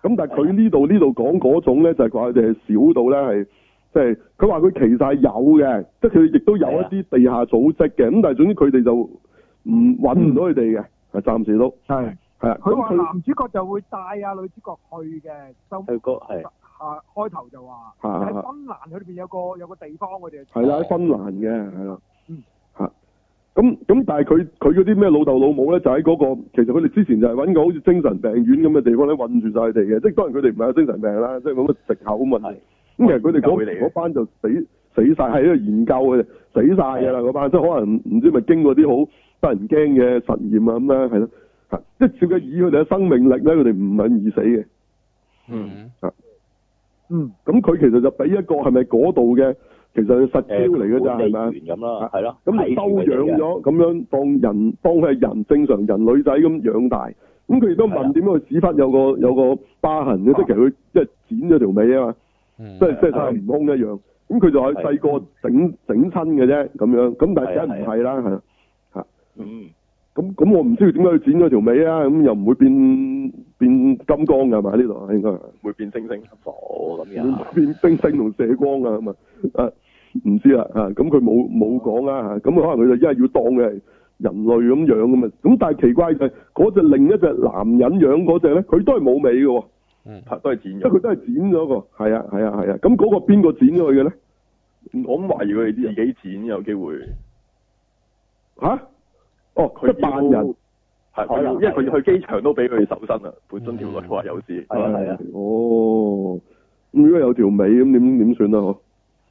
[SPEAKER 1] 咁但係佢呢度呢度講嗰種咧，就係話佢哋係少到咧係，即係佢話佢其實係有嘅，即係佢亦都有一啲地下組織嘅。咁但係總之佢哋就唔揾唔到佢哋嘅，係暫時都
[SPEAKER 3] 係。
[SPEAKER 1] 係啊。
[SPEAKER 3] 佢話
[SPEAKER 1] 咁佢
[SPEAKER 3] 男主角就會帶啊女主角去嘅，就
[SPEAKER 2] 去個係
[SPEAKER 3] 下開頭就話
[SPEAKER 1] 嚇
[SPEAKER 3] 喺
[SPEAKER 1] 嚇
[SPEAKER 3] 芬蘭佢裏邊有個有個地方佢哋
[SPEAKER 1] 係啦，喺芬蘭嘅係啦
[SPEAKER 3] 嗯，
[SPEAKER 1] 嚇。咁咁但係佢佢嗰啲咩老豆老母咧，就喺嗰個其實佢哋之前就係揾個好似精神病院咁嘅地方咧，困住晒佢哋嘅。即係當然佢哋唔係有精神病啦，即係冇乜藉口咁問
[SPEAKER 2] 係
[SPEAKER 1] 題。咁其實佢哋
[SPEAKER 5] 研究佢
[SPEAKER 1] 嗰
[SPEAKER 5] 哋嘅
[SPEAKER 1] 嗰班就死死晒喺度研究佢哋死晒㗎啦嗰班，即係可能唔唔知咪經過啲好得人驚嘅實驗啊咁啦，係咯，嚇即係照計以佢哋嘅生命力咧，佢哋唔肯易死嘅。
[SPEAKER 5] 嗯，
[SPEAKER 4] 嗯
[SPEAKER 3] 嗯
[SPEAKER 1] 咁佢其實就俾一個係咪嗰度嘅，其實係實招
[SPEAKER 2] 誒
[SPEAKER 1] 嚟㗎咋係咪啊
[SPEAKER 2] 呃管理？員咁啦，
[SPEAKER 1] 啊
[SPEAKER 2] 係咯，
[SPEAKER 1] 咁
[SPEAKER 2] 睇
[SPEAKER 1] 你收
[SPEAKER 2] 住佢哋嘅
[SPEAKER 1] 養咗，咁樣當人當佢係人正常人女仔咁養大。咁佢亦都
[SPEAKER 2] 係
[SPEAKER 1] 問
[SPEAKER 2] 啊
[SPEAKER 1] 點解佢屎忽有個有個疤痕嘅，即係其實佢即係剪咗條尾啊嘛。
[SPEAKER 4] 嗯
[SPEAKER 1] 即係即係太
[SPEAKER 2] 係
[SPEAKER 1] 悟空一樣。咁佢就係細個整整親嘅啫，咁樣。咁但係梗係唔係啦，係啦。
[SPEAKER 2] 嗯
[SPEAKER 1] 咁咁我唔知佢點解佢剪咗條尾啊？咁又唔會變變金剛㗎係嘛？呢度啊應該係
[SPEAKER 5] 會變星星。
[SPEAKER 2] 冇咁樣，
[SPEAKER 1] 會變星星同射光啊咁啊！啊唔知啦嚇，啊咁佢冇冇講啦嚇。咁可能佢就一係要當佢係人類咁樣咁啊。咁但係奇怪就係嗰隻另一隻男人樣嗰隻咧，佢都係冇尾嘅喎，
[SPEAKER 4] 嗯
[SPEAKER 5] 都係剪
[SPEAKER 1] 即係佢
[SPEAKER 5] 咗。
[SPEAKER 1] 都係剪咗個。係啊係啊係啊。咁嗰個邊個剪咗佢嘅咧？
[SPEAKER 5] 我咁懷疑佢哋自己剪有機會，
[SPEAKER 1] 吓？哦，
[SPEAKER 5] 佢
[SPEAKER 1] 即係扮人。
[SPEAKER 5] 係
[SPEAKER 2] 可
[SPEAKER 5] 佢
[SPEAKER 2] 能
[SPEAKER 5] 要因為佢要去機場都俾佢手身啊，本身條女話有事，
[SPEAKER 2] 係啊係啊，
[SPEAKER 1] 哦，咁如果有條尾咁點點算啊？嗬，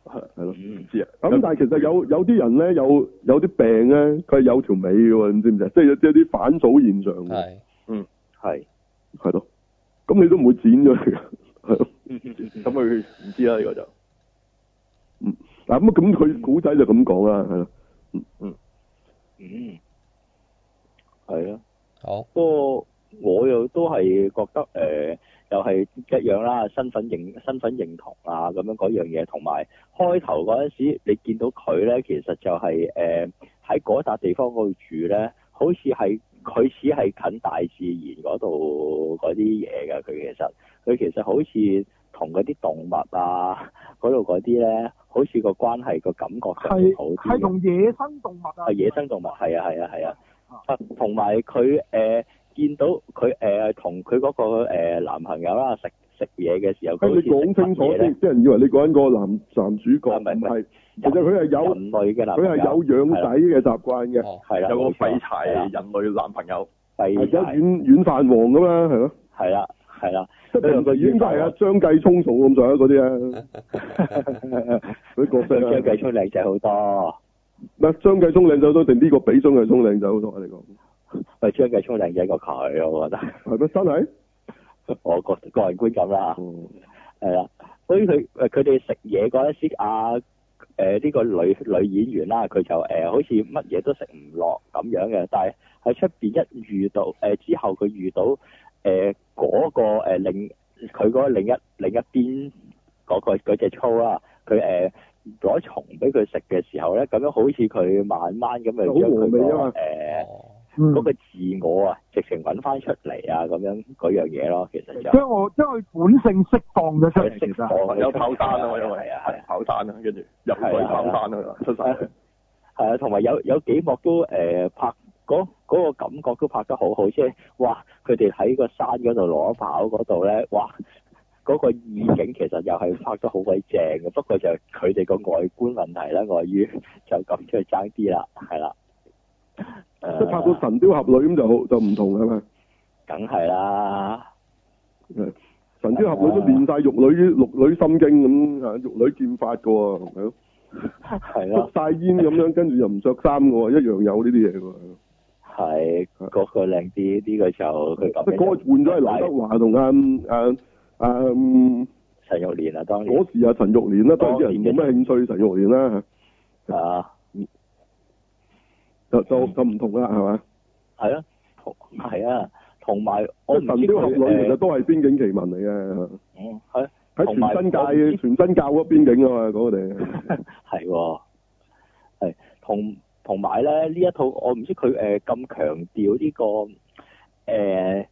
[SPEAKER 5] 係
[SPEAKER 1] 係咯。
[SPEAKER 5] 唔
[SPEAKER 2] 嗯
[SPEAKER 5] 知啊。
[SPEAKER 1] 咁但係其實有有啲人咧有有啲病咧，佢係有條尾嘅喎，你知唔知啊？即係有即係啲反祖現象嘅，
[SPEAKER 4] 係
[SPEAKER 2] 係，
[SPEAKER 1] 係咯。咁你都唔會剪咗佢㗎， 係咯。
[SPEAKER 5] 嗯咁佢唔知啦呢個就
[SPEAKER 1] 嗱咁咁佢古仔就咁講啦，係咯。
[SPEAKER 2] Ừ. 嗯係咯。
[SPEAKER 4] 好
[SPEAKER 2] 不過我又都係覺得誒、呃又係一樣啦，身份認身份認同啊，咁樣嗰樣嘢，同埋開頭嗰陣時，你見到佢咧，其實就係誒喺嗰笪地方嗰度住咧，好似係佢似係近大自然嗰度嗰啲嘢㗎。佢其實佢其實好似同嗰啲動物啊嗰度嗰啲咧，好似個關係個感覺上
[SPEAKER 3] 係
[SPEAKER 2] 好
[SPEAKER 3] 係
[SPEAKER 2] 啲嘅。
[SPEAKER 3] 同野生動物啊
[SPEAKER 2] 係野生動物，係啊係啊係啊
[SPEAKER 3] 啊，
[SPEAKER 2] 啊同埋佢誒見到佢誒同佢嗰個誒男朋友啦食食嘢嘅時候，
[SPEAKER 1] 咁
[SPEAKER 2] 佢好
[SPEAKER 1] 你
[SPEAKER 2] 似
[SPEAKER 1] 講
[SPEAKER 2] 食
[SPEAKER 1] 清
[SPEAKER 2] 乜
[SPEAKER 1] 楚
[SPEAKER 2] 嘢咧
[SPEAKER 1] 先，啲人以為你講緊個男男主角，
[SPEAKER 2] 啊
[SPEAKER 1] 唔
[SPEAKER 2] 唔係唔係
[SPEAKER 1] 係，其實佢係有
[SPEAKER 2] 人類嘅男朋
[SPEAKER 1] 佢係
[SPEAKER 2] 友，
[SPEAKER 1] 有養
[SPEAKER 2] 係啦
[SPEAKER 1] 仔嘅習慣嘅，
[SPEAKER 4] 哦
[SPEAKER 2] 係啦，
[SPEAKER 5] 有個
[SPEAKER 2] 冇錯啊
[SPEAKER 5] 廢柴
[SPEAKER 2] 係啦
[SPEAKER 5] 人類男朋友，
[SPEAKER 1] 係
[SPEAKER 2] 廢
[SPEAKER 1] 有
[SPEAKER 2] 柴，
[SPEAKER 1] 軟軟飯王噶嘛，係咯。
[SPEAKER 2] 係啦係 啦，
[SPEAKER 1] 即係平時應該係啊張繼聰做咁上下嗰啲啊，嗰啲角
[SPEAKER 2] 張
[SPEAKER 1] 色啊。
[SPEAKER 2] 繼聰靚仔好多，
[SPEAKER 1] 唔係張繼聰靚仔多定呢個比張繼聰靚仔好多啊？你講
[SPEAKER 2] 喂張繼聰靚仔過佢，我覺得，
[SPEAKER 1] 係咩？真係？
[SPEAKER 2] 我個個人觀感啦。
[SPEAKER 1] 哦，
[SPEAKER 2] 呃係啦，所以佢誒佢哋食嘢嗰陣時，阿誒呢個女女演員啦，佢就誒、呃好似乜嘢都食唔落咁樣嘅，但係喺出邊一遇到誒、呃之後，佢遇到誒嗰、個、呃、另佢嗰個另一另一邊嗰、個嗰只粗啦，佢誒攞蟲俾佢食嘅時候咧，咁樣好似佢慢慢咁
[SPEAKER 1] 好
[SPEAKER 2] 樣將佢
[SPEAKER 1] 和味啊
[SPEAKER 2] 個
[SPEAKER 1] 嘛
[SPEAKER 2] 誒
[SPEAKER 4] 哦，
[SPEAKER 3] 嗯
[SPEAKER 2] 嗰個自我啊，直情揾翻出嚟啊，咁樣嗰樣嘢咯，其實就
[SPEAKER 3] 將我將佢本性釋放咗出嚟，其
[SPEAKER 2] 釋
[SPEAKER 3] 實
[SPEAKER 2] 放
[SPEAKER 3] 係。
[SPEAKER 5] 有跑山啊，因為
[SPEAKER 2] 係啊係啊
[SPEAKER 5] 係。跑山啊，跟住入水跑山啊，出晒嚟。
[SPEAKER 2] 係啊，同埋有有幾幕都誒、呃拍嗰嗰、個感覺都拍得好好，即係哇！佢哋喺個山嗰度攞跑嗰度咧，哇！嗰、個意境其實又係拍得好鬼正嘅，不過就佢哋個外觀問題啦，外於就咁出去爭啲啦，係啦。
[SPEAKER 1] 即係拍到神雕俠侶咁就好就唔同啦嘛。
[SPEAKER 2] 梗係啦，
[SPEAKER 1] 神雕俠侶都練晒玉女玉女心經咁啊，玉女劍法噶喎，係
[SPEAKER 2] 啊
[SPEAKER 1] 咯
[SPEAKER 2] 係
[SPEAKER 1] 出
[SPEAKER 2] 咯，
[SPEAKER 1] 晒煙咁樣，跟住又唔着衫噶喎，一樣有呢啲嘢喎。
[SPEAKER 2] 係嗰個靚啲，呢、個就佢 咁
[SPEAKER 1] 即係
[SPEAKER 2] 樣
[SPEAKER 1] 嗰個換咗係劉德華同阿阿阿
[SPEAKER 2] 陳玉蓮啊，當然
[SPEAKER 1] 嗰時啊陳玉蓮啦，當然啲人冇咩興趣陳玉蓮啦，
[SPEAKER 2] 啊，
[SPEAKER 1] 就
[SPEAKER 2] 嗯
[SPEAKER 1] 就就唔同啦，係嘛？
[SPEAKER 2] 係啊，同係啊，同埋
[SPEAKER 1] 即
[SPEAKER 2] 我唔
[SPEAKER 1] 係
[SPEAKER 2] 知
[SPEAKER 1] 神雕俠
[SPEAKER 2] 佢
[SPEAKER 1] 侶其實
[SPEAKER 2] 誒
[SPEAKER 1] 都係邊境奇聞嚟嘅，
[SPEAKER 2] 嗯係啊。
[SPEAKER 1] 喺
[SPEAKER 2] 同埋
[SPEAKER 1] 全新
[SPEAKER 2] 我唔知
[SPEAKER 1] 界全新教嗰邊境啊嘛，嗰個地。
[SPEAKER 2] 係喎，係同同埋咧呢一套我唔知佢誒咁強調呢、個誒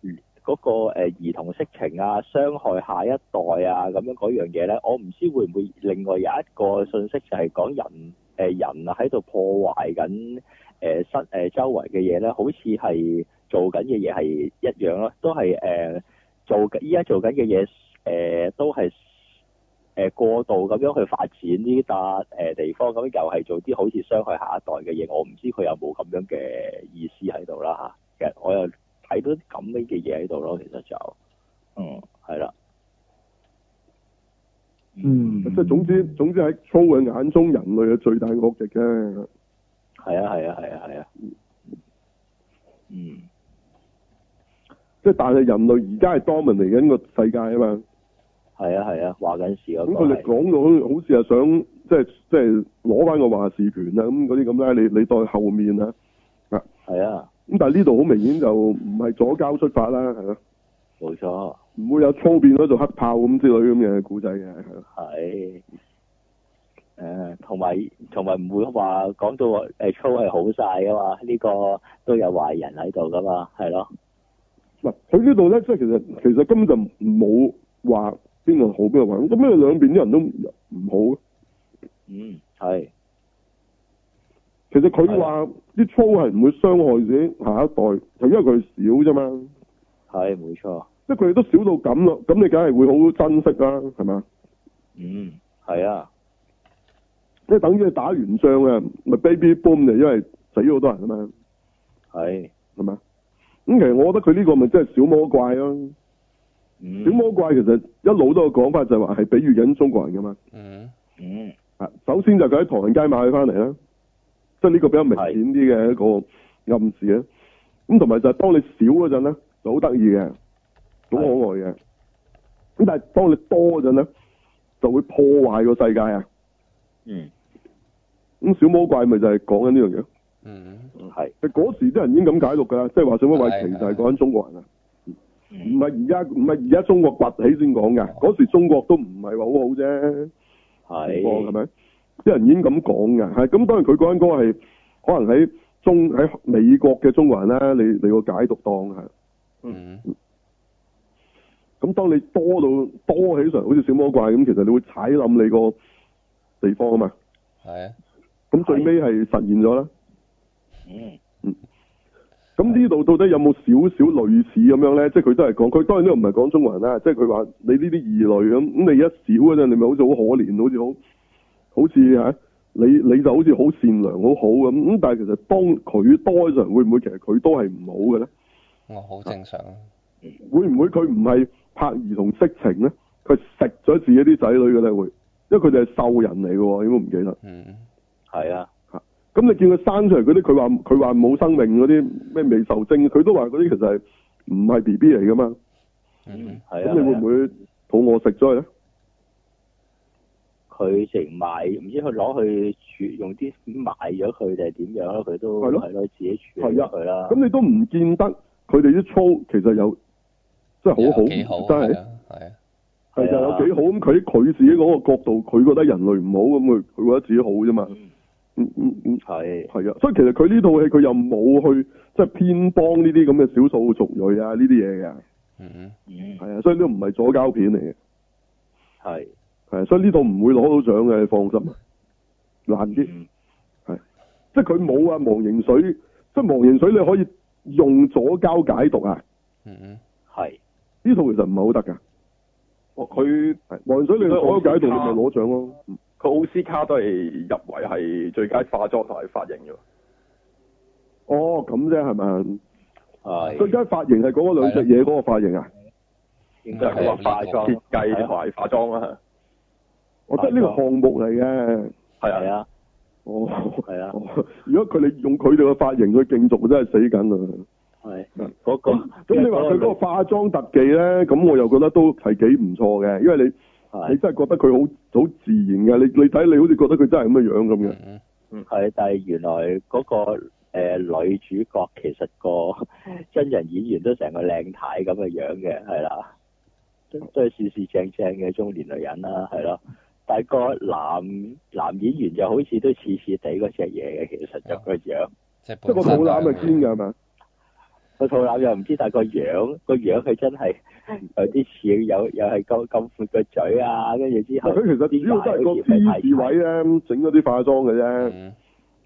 [SPEAKER 2] 嗰、個誒兒童色情啊，傷害下一代啊咁樣嗰樣嘢咧，我唔知會唔會另外有一個信息就係講人誒、人啊喺度破壞緊誒室誒周圍嘅嘢咧，好似係做緊嘅嘢係一樣咯，都係誒、做緊依家做緊嘅嘢誒都係。誒、過呃度咁樣去發展呢笪誒地方，咁又係做啲好似傷害下一代嘅嘢，我唔知佢有冇咁樣嘅意思喺度啦嚇。其實我又睇到啲咁樣嘅嘢喺度咯，其實就嗯係啦，
[SPEAKER 3] 嗯，
[SPEAKER 1] 即係總之總之喺 Troll 嘅眼中，人類係最大惡極嘅。
[SPEAKER 2] 係啊係啊係啊係啊，嗯
[SPEAKER 1] 即係但係人類而家係 dominate 緊個世界啊嘛。
[SPEAKER 2] 係啊係啊，話緊事嗰
[SPEAKER 1] 咁
[SPEAKER 2] 個
[SPEAKER 1] 佢哋
[SPEAKER 2] 係啊
[SPEAKER 1] 講到好好似係想即係即係攞翻個話事權啊，咁嗰啲咁啦，你你當係後面啊。
[SPEAKER 2] 係啊
[SPEAKER 1] 咁但係呢度好明顯就唔係左交出發啦，係咯，
[SPEAKER 2] 冇錯
[SPEAKER 1] 唔會有粗變咗做黑豹咁之類咁嘅古仔嘅，係咯。
[SPEAKER 2] 係。誒，同埋同埋唔會話講到話誒粗係好晒噶嘛，呢、個都有壞人喺度噶嘛，係咯，
[SPEAKER 1] 嗱，佢呢度咧，即係其實其實根本就冇話邊個好邊個壞，咁咩兩邊啲人都唔好。
[SPEAKER 2] 嗯係。
[SPEAKER 1] 其實佢話啲粗係唔會傷害自己下一代，就因為佢少啫嘛。
[SPEAKER 2] 係冇錯，
[SPEAKER 1] 即係佢哋都少到咁咯，咁你梗係會好珍惜啦，係嘛？
[SPEAKER 2] 嗯，係啊，
[SPEAKER 1] 即係等於你打完仗啊，咪 baby boom 就因為死咗好多人啊嘛，
[SPEAKER 2] 係，
[SPEAKER 1] 係嘛？咁其實我覺得佢呢個咪真係小魔怪咯、
[SPEAKER 2] 嗯，
[SPEAKER 1] 小魔怪其實一路都有講法就係話係比喻緊中國人噶嘛。
[SPEAKER 4] 嗯，
[SPEAKER 2] 嗯，
[SPEAKER 1] 啊，首先就佢喺唐人街買佢翻嚟啦，即係呢個比較明顯啲嘅一個暗示啦。咁同埋就係當你少嗰陣咧，就好得意嘅，好可愛嘅。咁但係當你多嗰陣咧，就會破壞個世界啊！
[SPEAKER 2] 嗯，
[SPEAKER 1] 咁小魔怪咪就係講緊呢樣嘢。
[SPEAKER 4] 嗯，
[SPEAKER 2] 係，
[SPEAKER 1] 其實嗰時啲人已經咁解讀㗎啦，即係話小魔怪其實係講緊中國人啊，唔
[SPEAKER 2] 嗯，
[SPEAKER 1] 係而家唔係而家中國崛起先講㗎。嗰時中國都唔係話好好啫。情哦況係
[SPEAKER 2] 係，
[SPEAKER 1] 咪？啲人已經咁講嘅，係咁當然佢講緊嗰個係可能喺中喺美國嘅中國人啦，你你個解讀當係。
[SPEAKER 4] 嗯，
[SPEAKER 1] 咁當你多到多起上嚟，好似小魔怪咁，其實你會踩冧你個地方啊嘛。
[SPEAKER 4] 係啊，
[SPEAKER 1] 咁最尾係實現咗啦。
[SPEAKER 2] 嗯，
[SPEAKER 1] 咁呢度到底有冇少少類似咁樣咧？即係佢都係講，佢當然都唔係講中國人啦。即係佢話你呢啲異類咁，咁你一少嗰陣，你咪好似好可憐，好似好好似嚇、你你就好似好善良好好咁。咁但係其實當佢多嗰陣，會唔會其實佢都係唔好嘅咧？
[SPEAKER 4] 我好正常啊，
[SPEAKER 1] 會唔會佢唔係拍兒童色情咧？佢食咗自己啲仔女嘅咧會，因為佢哋係獸人嚟嘅喎，應該唔記得。
[SPEAKER 4] 嗯，
[SPEAKER 2] 係啊，
[SPEAKER 1] 咁你見佢生出嚟嗰啲，佢話佢話冇生命嗰啲咩未受精，佢都話嗰啲其實係唔係 B B 嚟噶嘛？
[SPEAKER 4] 嗯，
[SPEAKER 2] 係
[SPEAKER 1] 咁
[SPEAKER 2] 啊，
[SPEAKER 1] 你會唔會肚餓食咗佢咧？
[SPEAKER 2] 佢直情賣，唔知佢攞去處用啲賣咗佢定係點樣咯？佢都
[SPEAKER 1] 係咯
[SPEAKER 2] 係咯，自己處理
[SPEAKER 1] 係啊
[SPEAKER 2] 咗佢啦。
[SPEAKER 1] 咁你都唔見得佢哋啲操其實有真係好
[SPEAKER 4] 有幾好，
[SPEAKER 1] 真係
[SPEAKER 4] 係啊，係啊，
[SPEAKER 1] 係就
[SPEAKER 2] 係啊
[SPEAKER 1] 有幾好咁。佢佢自己嗰個角度，佢覺得人類唔好咁，佢佢覺得自己好啫嘛。
[SPEAKER 2] 嗯
[SPEAKER 1] 嗯嗯嗯，
[SPEAKER 2] 係
[SPEAKER 1] 係啊。所以其實佢呢套戲佢又冇去即係偏幫呢啲咁嘅少數族裔啊呢啲嘢嘅，
[SPEAKER 4] 嗯
[SPEAKER 2] 嗯
[SPEAKER 1] 係啊。所以呢個唔係左膠片嚟嘅，
[SPEAKER 2] 係
[SPEAKER 1] 係啊。所以呢度唔會攞到獎嘅，你放心啊，難啲。
[SPEAKER 2] 嗯
[SPEAKER 1] 即係佢冇啊忘形水，即係忘形水你可以用左膠解讀啊！
[SPEAKER 4] 嗯嗯
[SPEAKER 2] 係
[SPEAKER 1] 呢套其實唔係好得㗎，
[SPEAKER 5] 哦佢
[SPEAKER 1] 係忘形水你用左膠解讀你咪攞獎咯。
[SPEAKER 5] 佢奧斯卡都係入圍係最佳化妝同埋髮型嘅，
[SPEAKER 1] 哦，咁啫係咪？最
[SPEAKER 2] 係
[SPEAKER 1] 佳髮型係講嗰兩隻嘢嗰個髮型啊！
[SPEAKER 2] 應
[SPEAKER 5] 即
[SPEAKER 2] 該
[SPEAKER 5] 係佢
[SPEAKER 2] 係
[SPEAKER 5] 話化啊
[SPEAKER 2] 化
[SPEAKER 5] 設
[SPEAKER 2] 妝
[SPEAKER 5] 計同埋化妝啦，
[SPEAKER 1] 我覺得呢個項目嚟嘅。
[SPEAKER 5] 係
[SPEAKER 2] 係
[SPEAKER 5] 啊，
[SPEAKER 2] 啊
[SPEAKER 1] 哦，
[SPEAKER 2] 係啊
[SPEAKER 1] 哦如果佢哋用佢哋嘅髮型去競逐，真係死緊啊！
[SPEAKER 2] 係
[SPEAKER 1] 嗯
[SPEAKER 2] 嗰個
[SPEAKER 1] 咁咁你話佢嗰個化妝特技咧，咁我又覺得都係幾唔錯嘅，因為你你
[SPEAKER 2] 係
[SPEAKER 1] 真係覺得佢好好自然嘅，你你睇你好似覺得佢真係咁嘅樣咁嘅。
[SPEAKER 4] 嗯嗯，
[SPEAKER 2] 係，但係原來嗰個誒女主角其實個真人演員都成個靚太咁嘅樣嘅，係啦，都都係四四正正嘅中年女人啦，係咯。但係個男男演員就好似都似似地嗰只嘢嘅，其實就個樣，
[SPEAKER 4] 即係
[SPEAKER 1] 即係個
[SPEAKER 4] 本身
[SPEAKER 1] 肚腩係
[SPEAKER 4] 兩
[SPEAKER 1] 堅嘅係咪？
[SPEAKER 2] 個肚腩又唔知，但係個樣個樣佢真係有啲似，有又係咁咁闊個嘴啊，跟住之後
[SPEAKER 1] 佢其實主要都係個 T 字位咧，整咗啲化妝嘅啫，
[SPEAKER 4] 嗯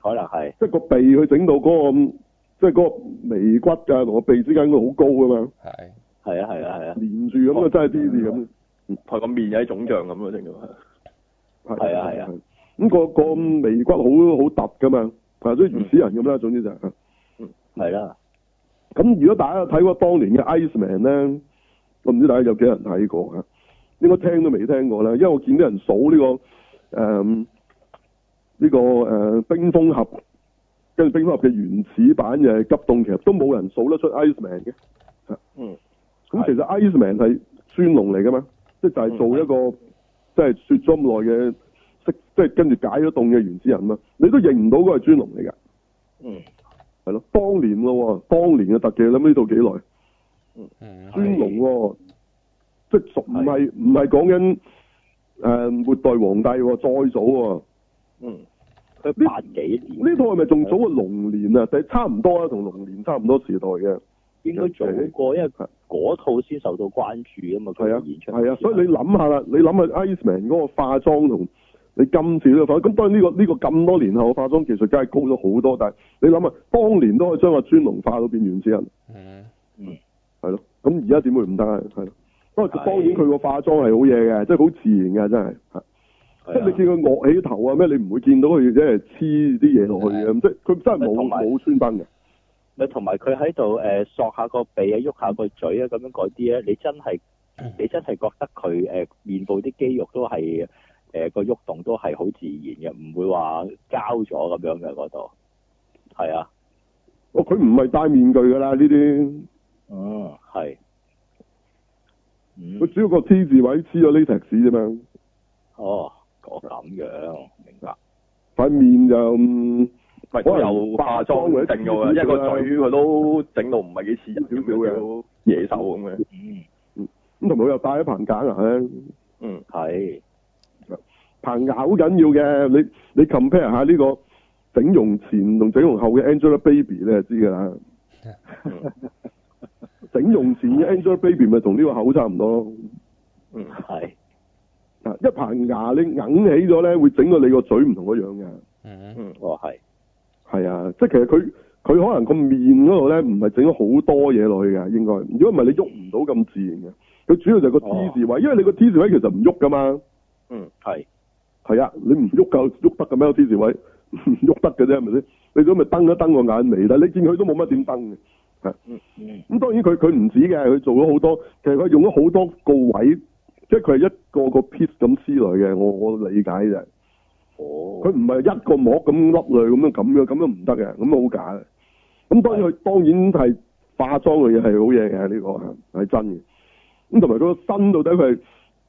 [SPEAKER 2] 可能係
[SPEAKER 1] 即係個鼻佢整到嗰、個，即係嗰個眉骨啊同個鼻之間佢好高啊嘛，
[SPEAKER 4] 係
[SPEAKER 2] 係啊係啊係啊
[SPEAKER 1] 連住咁啊，真係 T 字咁。
[SPEAKER 5] 佢個面有啲腫脹咁咯，正咁。
[SPEAKER 2] 係啊係啊。
[SPEAKER 1] 咁、個個眉骨好好突噶嘛，係啊所以原始人咁啦，總之就係
[SPEAKER 2] 係啦，
[SPEAKER 1] 咁。如果大家有睇過當年嘅 Iceman 咧，我唔知大家有幾多人睇過啊？應該聽都未聽過啦，因為我見啲人數呢、個誒呢、個誒、冰封俠，跟住冰封俠嘅原始版嘅急凍，其實都冇人數得出 Iceman 嘅。
[SPEAKER 5] 嗯，
[SPEAKER 1] 咁其實 Iceman 係孫龍嚟噶嘛，即係就係做一個即係雪咗咁耐嘅識，即係跟住解咗凍嘅原始人嘛，你都認唔到嗰係孫龍嚟㗎，
[SPEAKER 5] 嗯，
[SPEAKER 1] 係咯，當年咯喎，當年嘅特技，你諗呢度幾耐？
[SPEAKER 4] 嗯
[SPEAKER 1] 孫龍喎，即係仲唔係唔係講緊誒末代皇帝喎，再早喎，
[SPEAKER 5] 嗯，
[SPEAKER 2] 佢八幾年
[SPEAKER 1] 呢套係咪仲早過龍年啊？就係差唔多啊，同龍年差唔多時代嘅，
[SPEAKER 2] 應該早過，因為嗰套先受到關注啊嘛，佢
[SPEAKER 1] 係啊
[SPEAKER 2] 嘅演，出
[SPEAKER 1] 係啊，所以你諗下啦，你諗下 Iceman 嗰個化妝同你今次呢個化妝，咁當然呢、個呢、個咁多年後嘅化妝技術梗係高咗好多，但係你諗下，當年都可以將個尊龍化到變原始人，
[SPEAKER 4] 嗯
[SPEAKER 1] 係咯，咁而家點會唔得啊？係咯，不過當然佢個化妝係好嘢嘅，即係好自然嘅，真係嚇
[SPEAKER 2] 啊
[SPEAKER 1] 即係你見佢惡起頭啊咩，你唔會見到佢即係黐啲嘢落去嘅，咁即係佢真係冇
[SPEAKER 2] 啊同埋
[SPEAKER 1] 冇穿崩嘅。
[SPEAKER 2] 咪同埋佢喺度誒索下個鼻啊，喐下個嘴啊，咁樣嗰啲咧，你真係
[SPEAKER 1] 嗯
[SPEAKER 2] 你真係覺得佢誒、面部啲肌肉都係誒個喐動都係好自然嘅，唔會話交咗咁樣嘅嗰度。係啊，
[SPEAKER 1] 哦，佢唔係戴面具㗎啦，呢啲
[SPEAKER 2] 嗯，
[SPEAKER 1] 哦
[SPEAKER 2] 係，
[SPEAKER 1] 佢
[SPEAKER 2] 嗯，
[SPEAKER 1] 主要個 T 字位黐咗呢隻屎啫嘛，
[SPEAKER 2] 哦，我咁樣，明白，
[SPEAKER 1] 塊面就。嗯
[SPEAKER 5] 咪都有化妝嗰啲定嘅喎，因為個嘴佢都整到唔係幾似人咁樣，野獸咁嘅。
[SPEAKER 2] 嗯，
[SPEAKER 1] 咁同埋佢又戴咗棚架牙咧，
[SPEAKER 5] 嗯，
[SPEAKER 2] 係，
[SPEAKER 1] 棚牙好緊要嘅。你你 compare 下呢個整容前同整容後嘅 Angelababy 你就知㗎啦。
[SPEAKER 2] 嗯
[SPEAKER 1] 整容前嘅 Angelababy 咪同呢個口差唔多咯。
[SPEAKER 5] 嗯，
[SPEAKER 2] 係，
[SPEAKER 1] 啊，一棚牙你硬起咗咧，會整到你個嘴唔同個樣嘅。
[SPEAKER 4] 嗯
[SPEAKER 5] 嗯，
[SPEAKER 2] 哦，係，
[SPEAKER 1] 係啊，即係其實佢佢可能個面嗰度咧，唔係整咗好多嘢落去嘅，應該。如果唔係你喐唔到咁自然嘅。佢主要就係個 T
[SPEAKER 2] 哦
[SPEAKER 1] 字位，因為你個 T 字位其實唔喐㗎嘛。
[SPEAKER 5] 嗯，
[SPEAKER 2] 係，
[SPEAKER 1] 係啊，你唔喐夠喐得嘅咩？個 T 字位唔 喐得嘅啫，係咪先？你咁咪瞪一瞪個眼眉，但係你見佢都冇乜點瞪嘅。
[SPEAKER 2] 嗯，
[SPEAKER 1] 咁當然佢佢唔止嘅，佢做咗好多，其實佢用咗好多個位，即係佢係一個個 piece 咁黐落去嘅。我我理解就係
[SPEAKER 2] 哦，
[SPEAKER 1] 佢唔係一個膜咁笠落去咁樣咁樣咁樣唔得嘅，咁好假嘅。咁當然佢當然係化妝嘅嘢係好嘢嘅，呢、個係係真嘅。咁同埋佢個身到底佢係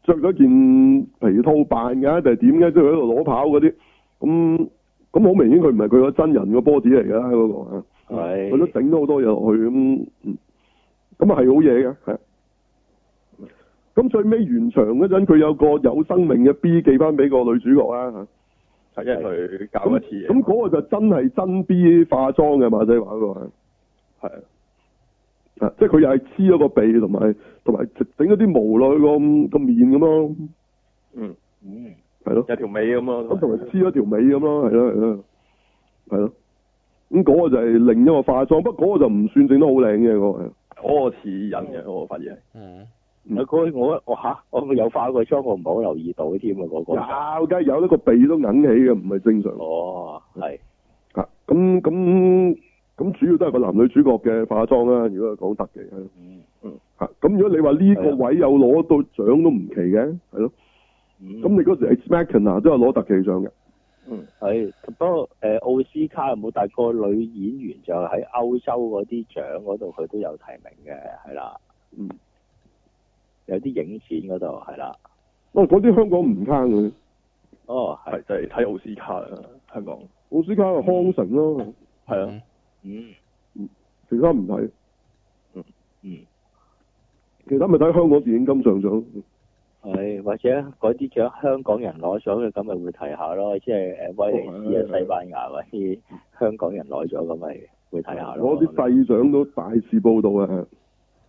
[SPEAKER 1] 着咗件皮套扮㗎，定係點嘅？即係佢喺度攞跑嗰啲，咁咁好明顯佢唔係佢個真人個波子嚟㗎啦，嗰、個啊
[SPEAKER 2] 係
[SPEAKER 1] 佢都整咗好多嘢落去咁，嗯咁係好嘢嘅，係。咁最尾完場嗰陣，佢有個有生命嘅 B 寄翻俾個女主角啦嚇。
[SPEAKER 5] 係因為佢搞
[SPEAKER 1] 咁
[SPEAKER 5] 一次嘢，
[SPEAKER 1] 咁嗰個就真係真 B 化妝嘅馬仔話嗰個係。
[SPEAKER 5] 係
[SPEAKER 1] 啊，即係佢又係黐咗個鼻同埋同埋整咗啲毛落去個個面咁咯，
[SPEAKER 5] 嗯
[SPEAKER 2] 嗯，
[SPEAKER 1] 係咯，
[SPEAKER 5] 有條尾咁咯，
[SPEAKER 1] 咁同埋黐咗條尾咁咯，係咯係咯，係咯。咁嗰個就係另一個化妝，不過嗰個就唔算整得好靚嘅嗰個係，
[SPEAKER 5] 嗰個似人嘅，我發現係
[SPEAKER 4] 嗯，
[SPEAKER 1] 嗯
[SPEAKER 2] 嗰我我吓我有化過妝，我唔係好留意到添啊 嗰個。
[SPEAKER 1] 有梗係有呢個鼻都硬起嘅，唔係正常。
[SPEAKER 2] 哦，係
[SPEAKER 1] 啊，咁咁咁主要都係個男女主角嘅化妝啦。如果講特技係咯
[SPEAKER 2] 嗯
[SPEAKER 1] 啊，咁如果你話呢個位有攞到獎都唔奇嘅，係咯。
[SPEAKER 2] 嗯
[SPEAKER 1] 咁你嗰時 Expectina 都有攞特技獎嘅。
[SPEAKER 5] 嗯
[SPEAKER 2] 係，不過誒奧斯卡有冇？但係個女演員就喺歐洲嗰啲獎嗰度，佢都有提名嘅，係啦。
[SPEAKER 1] 嗯，
[SPEAKER 2] 有啲影展嗰度係啦。
[SPEAKER 1] 哦，嗰啲香港唔坑嘅，
[SPEAKER 2] 哦，係
[SPEAKER 5] 係，就係睇奧斯卡啦，香港
[SPEAKER 1] 奧斯卡係康城咯，
[SPEAKER 5] 係啊
[SPEAKER 4] 嗯，
[SPEAKER 2] 嗯
[SPEAKER 1] 其他唔睇，
[SPEAKER 2] 嗯，
[SPEAKER 1] 其他咪睇香港電影金像獎。
[SPEAKER 2] 係或者嗰啲獎香港人攞咗嘅，咁咪會提下咯。即係誒威尼斯
[SPEAKER 1] 哦係
[SPEAKER 2] 啊、西班牙嗰啲香港人攞咗，咁咪會睇下咯。
[SPEAKER 1] 攞啲細獎都大肆報導啊！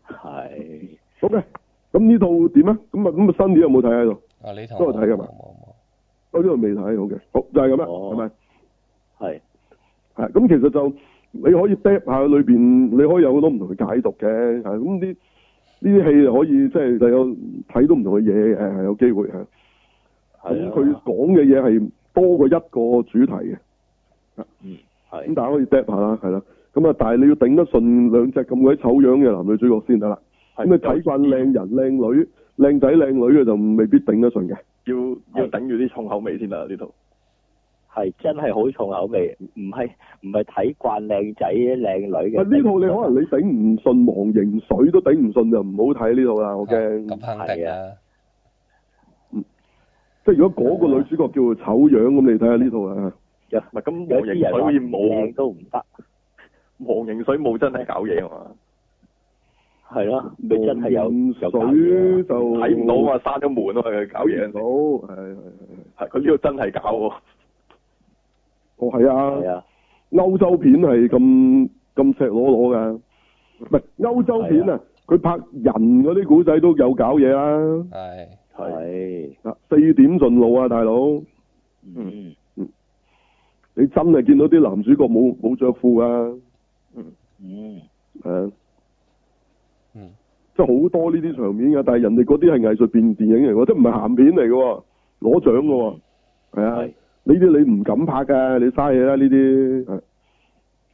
[SPEAKER 2] 係
[SPEAKER 1] 好嘅，咁呢套點啊？咁啊咁啊，新年有冇睇喺度？
[SPEAKER 4] 啊呢套
[SPEAKER 1] 都有睇㗎嘛
[SPEAKER 4] 冇冇冇
[SPEAKER 1] 我呢度未睇，好嘅，好就係咁啦，
[SPEAKER 2] 哦
[SPEAKER 1] 係咪？
[SPEAKER 2] 係
[SPEAKER 1] 係啊咁，其實就你可以 d e 下裏邊，你可以有好多唔同嘅解讀嘅，係咁啲呢啲戲就可以即係就有睇到唔同嘅嘢嘅，係有機會係。咁
[SPEAKER 2] 係
[SPEAKER 1] 佢
[SPEAKER 2] 啊
[SPEAKER 1] 講嘅嘢係多過一個主題嘅，
[SPEAKER 2] 嗯
[SPEAKER 1] 咁
[SPEAKER 2] 係
[SPEAKER 1] 大家可以 d e 下啦，係啦。咁啊，但係你要頂得順兩隻咁鬼醜樣嘅男女主角先得啦。咁
[SPEAKER 5] 係
[SPEAKER 1] 你睇慣靚人靚女、靚仔靚女嘅就未必頂得順嘅。
[SPEAKER 5] 要要頂住啲重口味先啦呢度，
[SPEAKER 2] 係真係好重口味，唔係唔係睇慣靚仔靚女
[SPEAKER 1] 喂
[SPEAKER 2] 嘅。
[SPEAKER 1] 啊呢套你可能你頂唔順忘形水都頂唔順就唔好睇呢套啦，我驚。
[SPEAKER 4] 咁肯定
[SPEAKER 2] 係
[SPEAKER 4] 啊，
[SPEAKER 1] 即係如果嗰個女主角叫做醜樣咁，你睇下呢套啊。
[SPEAKER 5] 唔係咁
[SPEAKER 2] 有
[SPEAKER 5] 忘
[SPEAKER 2] 啲
[SPEAKER 5] 形
[SPEAKER 2] 人
[SPEAKER 5] 水
[SPEAKER 2] 話
[SPEAKER 5] 好
[SPEAKER 2] 唔
[SPEAKER 5] 似
[SPEAKER 2] 靚
[SPEAKER 5] 冇
[SPEAKER 2] 都唔得，
[SPEAKER 5] 忘形水冇真係搞嘢啊嘛，
[SPEAKER 2] 係咯，咪真係有有搞
[SPEAKER 1] 水
[SPEAKER 2] 嘢
[SPEAKER 1] 就
[SPEAKER 5] 睇唔到啊嘛，閂咗門啊嘛，佢搞
[SPEAKER 1] 睇，
[SPEAKER 5] 嘢
[SPEAKER 1] 唔到，係係係。
[SPEAKER 5] 係佢呢度真係搞喎，
[SPEAKER 1] 哦，係
[SPEAKER 2] 啊係
[SPEAKER 1] 啊，
[SPEAKER 2] 啊，
[SPEAKER 1] 歐洲片係咁咁赤裸裸㗎，唔係歐洲片啊，佢拍人嗰啲古仔都有搞嘢啦。
[SPEAKER 4] 係
[SPEAKER 5] 係
[SPEAKER 2] 係
[SPEAKER 1] 啊，四點順路啊，大佬，
[SPEAKER 2] 嗯
[SPEAKER 1] 你真係見到啲男主角冇冇著褲啊，
[SPEAKER 2] 嗯
[SPEAKER 1] 係啊
[SPEAKER 4] 嗯
[SPEAKER 1] 即係好多呢啲場面㗎，但係人哋嗰啲係藝術片電影嚟喎，即係唔係鹹片嚟嘅喎，攞獎嘅喎，係啊，
[SPEAKER 2] 係
[SPEAKER 1] 呢啲你唔敢拍㗎，你嘥嘢啦呢啲，係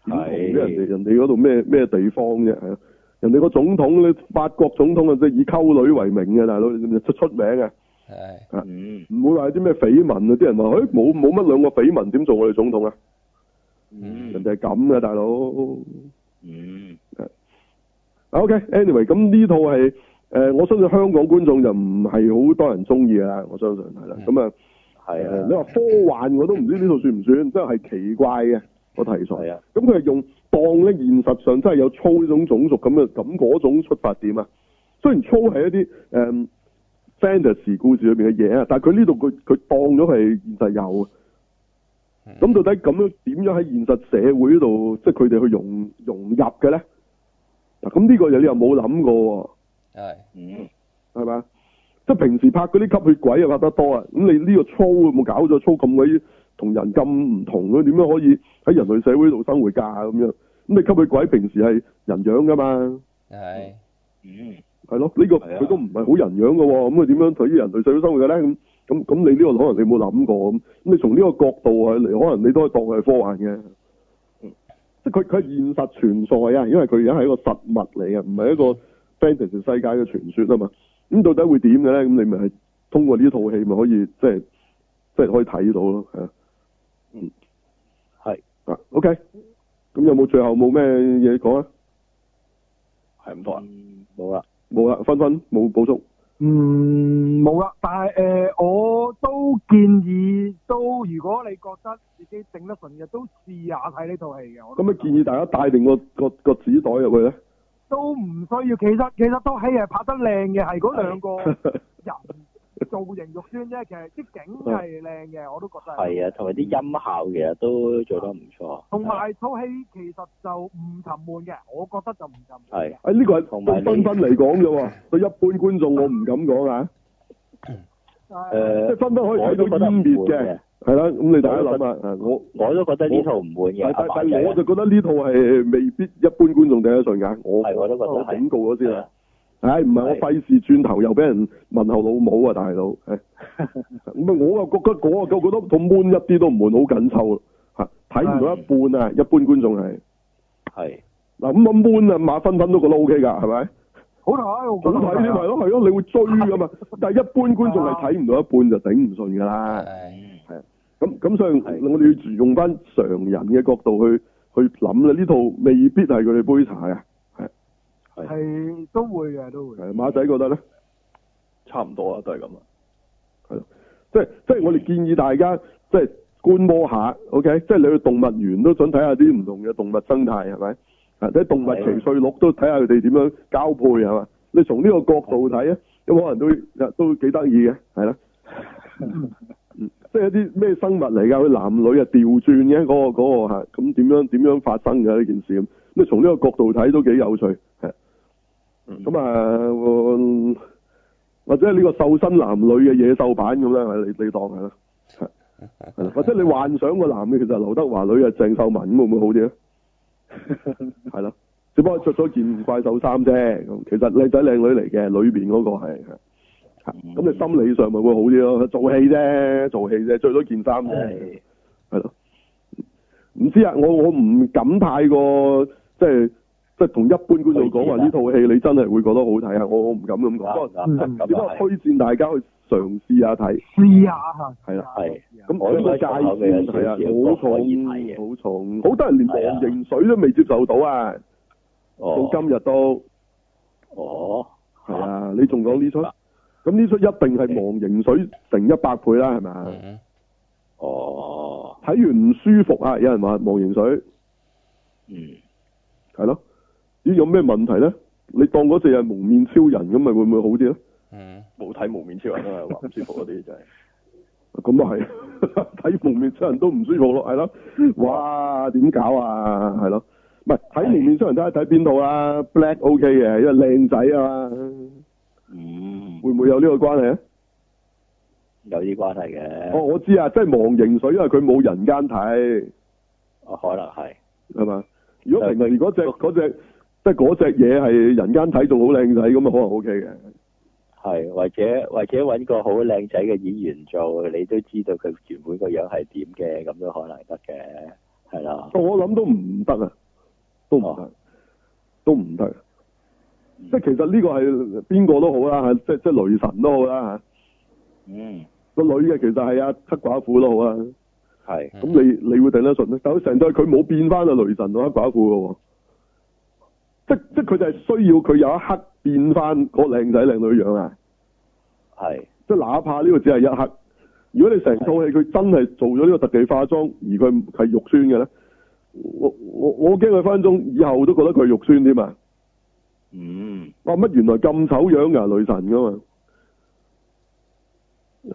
[SPEAKER 1] 點同
[SPEAKER 2] 係
[SPEAKER 1] 啫人哋人哋嗰度咩咩地方啫，係啊，人哋個總統咧，法國總統啊，即係以溝女為名嘅大佬，你知唔知出出名啊，
[SPEAKER 4] 係
[SPEAKER 2] 嗯
[SPEAKER 1] 唔會話啲咩緋聞啊，啲人話，誒冇冇乜兩個緋聞點做我哋總統啊，人
[SPEAKER 4] Ừ.
[SPEAKER 2] 嗯
[SPEAKER 1] 哋係咁嘅大佬。
[SPEAKER 2] 嗯
[SPEAKER 1] OK，anyway，咁呢套係誒、呃我相信香港觀眾就唔係好多人中意啦，我相信係啦。
[SPEAKER 4] 嗯
[SPEAKER 1] 咁啊、
[SPEAKER 2] 係
[SPEAKER 1] 呃
[SPEAKER 2] 啊
[SPEAKER 1] 你話科幻我都唔知呢套算唔算，真係奇怪嘅個題材。
[SPEAKER 2] 係啊
[SPEAKER 1] 咁佢係用當咧現實上真係有粗呢種種族咁嘅咁嗰種出發點啊。雖然粗係一啲誒、呃 fantasy 故事裏邊嘅嘢啊，但係佢呢度佢佢當咗係現實有啊。
[SPEAKER 4] 嗯
[SPEAKER 1] 咁到底咁樣點樣喺現實社會度，即係佢哋去融融入嘅咧？嗱，咁呢個嘢你又冇諗過
[SPEAKER 4] 係
[SPEAKER 2] 嗯
[SPEAKER 1] 喎，係咪啊？即係平時拍嗰啲吸血鬼又拍得多啊，咁你呢個粗有冇搞咗粗咁鬼同人咁唔同嘅？點樣可以喺人類社會度生活㗎咁樣？咁你吸血鬼平時係人樣㗎嘛？
[SPEAKER 4] 係
[SPEAKER 2] 嗯
[SPEAKER 1] 係咯，呢、個
[SPEAKER 2] 係啊
[SPEAKER 1] 佢都唔係好人樣嘅喎，咁佢點樣睇人類社會生活嘅咧？咁咁咁，你呢個可能你冇諗過咁，咁你從呢個角度啊嚟，可能你都係當佢係科幻嘅。即係佢佢係現實存在啊，因為佢而家係一個實物嚟嘅，唔係一個 fantasy 世界嘅傳說啊嘛。咁到底會點嘅咧？咁你咪係通過呢套戲咪可以即係即係可以睇到咯，係啊
[SPEAKER 2] 係
[SPEAKER 1] 啊。OK，咁有冇最後冇咩嘢講啊？
[SPEAKER 5] 係咁多啊，
[SPEAKER 2] 嗯冇啦
[SPEAKER 1] 冇啦，分分冇補充。
[SPEAKER 3] 嗯，冇啦，但係誒、呃我都建議都，如果你覺得自己整得順嘅，都試下睇呢套戲嘅。我都
[SPEAKER 1] 咁啊，建議大家帶定個個個紙袋入去咧。
[SPEAKER 3] 都唔需要，其實其實都戲係拍得靚嘅，係嗰兩 個人造型肉酸啫，其實啲景係靚嘅，我都覺得係。
[SPEAKER 2] 係啊，同埋啲音效其實都做得唔錯。
[SPEAKER 3] 同埋套戲其實就唔沉悶嘅，我覺得就唔沉悶
[SPEAKER 2] 係
[SPEAKER 3] 嘅。
[SPEAKER 1] 誒哎呢個係
[SPEAKER 2] 同埋
[SPEAKER 1] 對分
[SPEAKER 2] 你
[SPEAKER 1] 分嚟講啫喎，對一般觀眾我唔敢講啊，
[SPEAKER 3] 誒
[SPEAKER 1] 即
[SPEAKER 2] 誒
[SPEAKER 1] 係，分分可以
[SPEAKER 2] 我
[SPEAKER 1] 睇
[SPEAKER 2] 都覺
[SPEAKER 1] 到
[SPEAKER 2] 得唔
[SPEAKER 1] 湮滅
[SPEAKER 2] 悶
[SPEAKER 1] 嘅
[SPEAKER 2] 嘅，，
[SPEAKER 1] 係啦，咁你大家諗下，啊我
[SPEAKER 2] 我都覺得呢套唔悶嘅
[SPEAKER 1] 但但
[SPEAKER 2] 阿馬
[SPEAKER 1] 但我就
[SPEAKER 2] 仔。
[SPEAKER 1] 覺得呢套係未必一般觀眾睇得順眼，我
[SPEAKER 2] 係我都覺得係
[SPEAKER 1] 警告咗先
[SPEAKER 2] 係
[SPEAKER 1] 啦
[SPEAKER 2] 啊。
[SPEAKER 1] 唉，唔係我
[SPEAKER 2] 係
[SPEAKER 1] 費事轉頭又俾人問候老母啊，大佬。唉咁啊，我又覺得嗰個覺得套 moon 一啲都唔悶，好緊湊啊嚇，睇唔到一半啊，一般觀眾係。
[SPEAKER 2] 係
[SPEAKER 1] 嗱咁啊 moon 啊，馬分分都覺得 O K 㗎，係咪？
[SPEAKER 3] 好睇，我
[SPEAKER 1] 好
[SPEAKER 3] 覺得
[SPEAKER 1] 睇啲咪咯，係咯，你會追㗎嘛。但係一般觀眾係睇唔到一半就頂唔順㗎啦。
[SPEAKER 4] 係
[SPEAKER 1] 咁咁所以
[SPEAKER 2] 係
[SPEAKER 1] 我哋要用翻常人嘅角度去去諗啦，呢套未必係佢哋杯茶啊嘅。
[SPEAKER 2] 係
[SPEAKER 3] 係都會嘅，都會。
[SPEAKER 1] 誒馬仔覺得咧，
[SPEAKER 5] 差唔多啦，啊都係咁啦。
[SPEAKER 1] 即係即係我哋建議大家即係觀摩下，OK，即係你去動物園都想睇下啲唔同嘅動物生態係咪？啊，睇動物奇趣錄都睇下佢哋點樣交配係嘛？你從呢個角度睇啊，有可能都都幾得意嘅，係啦。嗯即係一啲咩生物嚟㗎？佢男女啊調轉嘅嗰個嗰、個嚇，咁點樣點樣發生㗎呢件事咁？咁從呢個角度睇都幾有趣，係。咁啊、嗯或者呢個瘦身男女嘅野獸版咁啦，你你當係啦，係係啦或者你幻想個男嘅其實係劉德華，女係鄭秀文，咁會唔會好啲咧？係咯，只不過着咗件怪獸衫啫，咁其實靚仔靚女嚟嘅，裏邊嗰個係係
[SPEAKER 2] 嗯
[SPEAKER 1] 咁你心理上咪會好啲咯，做戲啫，做戲啫，着咗件衫啫。
[SPEAKER 2] 係
[SPEAKER 1] 係咯，唔知啊，我我唔敢太過即係即係同一般觀眾講話
[SPEAKER 2] 推薦啊
[SPEAKER 1] 呢套戲你真係會覺得好睇啊，我我唔敢咁講，
[SPEAKER 2] 啱
[SPEAKER 3] 嗯
[SPEAKER 1] 不過
[SPEAKER 2] 啱
[SPEAKER 1] 只不
[SPEAKER 2] 咁
[SPEAKER 1] 過
[SPEAKER 2] 啊係。
[SPEAKER 1] 推薦大家去嘗試下睇，
[SPEAKER 3] 試下嚇。
[SPEAKER 1] 係啦
[SPEAKER 2] 係啊
[SPEAKER 1] 咁
[SPEAKER 2] 我都
[SPEAKER 1] 呢個界
[SPEAKER 2] 覺得口味有
[SPEAKER 1] 線
[SPEAKER 2] 少
[SPEAKER 1] 係啊，嗯
[SPEAKER 2] 少
[SPEAKER 1] 好
[SPEAKER 2] 可以睇嘅
[SPEAKER 1] 重好重，好多人連
[SPEAKER 2] 係啊
[SPEAKER 1] 黃形水都未接受到啊，
[SPEAKER 2] 哦
[SPEAKER 1] 到今日都
[SPEAKER 2] 哦，
[SPEAKER 1] 係啊，你仲講呢出？咁呢出一定係黃形水成一百倍啦，係咪啊？
[SPEAKER 4] 嗯
[SPEAKER 2] 哦，
[SPEAKER 1] 睇完唔舒服啊，有人話黃形水。
[SPEAKER 2] 嗯，
[SPEAKER 1] 係咯，咦有咩問題咧？你當嗰隻係蒙面超人咁，咪會唔會好啲咧？
[SPEAKER 4] 嗯
[SPEAKER 5] 冇睇無面超人啊，話唔舒服嗰啲真 係。
[SPEAKER 1] 咁啊係， 睇蒙面超人都唔舒服咯，係咯，哇點搞啊？係咯，唔係睇蒙面超人睇下睇邊套啦，Black OK 嘅，因為靚仔啊嘛，
[SPEAKER 2] 嗯，
[SPEAKER 1] 會唔會有呢個關係啊？
[SPEAKER 2] 有啲關
[SPEAKER 1] 哦，
[SPEAKER 2] 係嘅，
[SPEAKER 1] 我知啊，即係忘形水，因為佢冇人間睇，
[SPEAKER 2] 哦可能係，
[SPEAKER 1] 係嘛？如果平時嗰只嗰只即係嗰只嘢係人間睇仲好靚仔咁啊，可能 OK 嘅。
[SPEAKER 2] 係或者或者揾個好靚仔嘅演員做，你都知道佢原本個樣係點嘅，咁都可能得嘅，係啦，
[SPEAKER 1] 我諗都唔得啊，都唔得
[SPEAKER 2] 哦，
[SPEAKER 1] 都唔得。即係其實呢個係邊個都好啦，即係即係雷神都好啦
[SPEAKER 2] 嗯，
[SPEAKER 1] 嚇，個女嘅其實係啊黑寡婦都好啦。
[SPEAKER 2] 係，
[SPEAKER 1] 咁你你會頂得順咧？啊但係成對佢冇變翻啊雷神同黑寡婦嘅喎，即即係佢就係需要佢有一刻變翻嗰靚仔靚女樣啊！
[SPEAKER 2] 係，
[SPEAKER 1] 即係哪怕呢個只係一刻，如果你成套戲佢真係做咗呢個特技化妝，而佢係肉酸嘅咧，我我我驚佢分分鐘以後都覺得佢係肉酸添啊！
[SPEAKER 2] 嗯，
[SPEAKER 1] 哇！哦乜原來咁醜樣㗎，女神㗎嘛？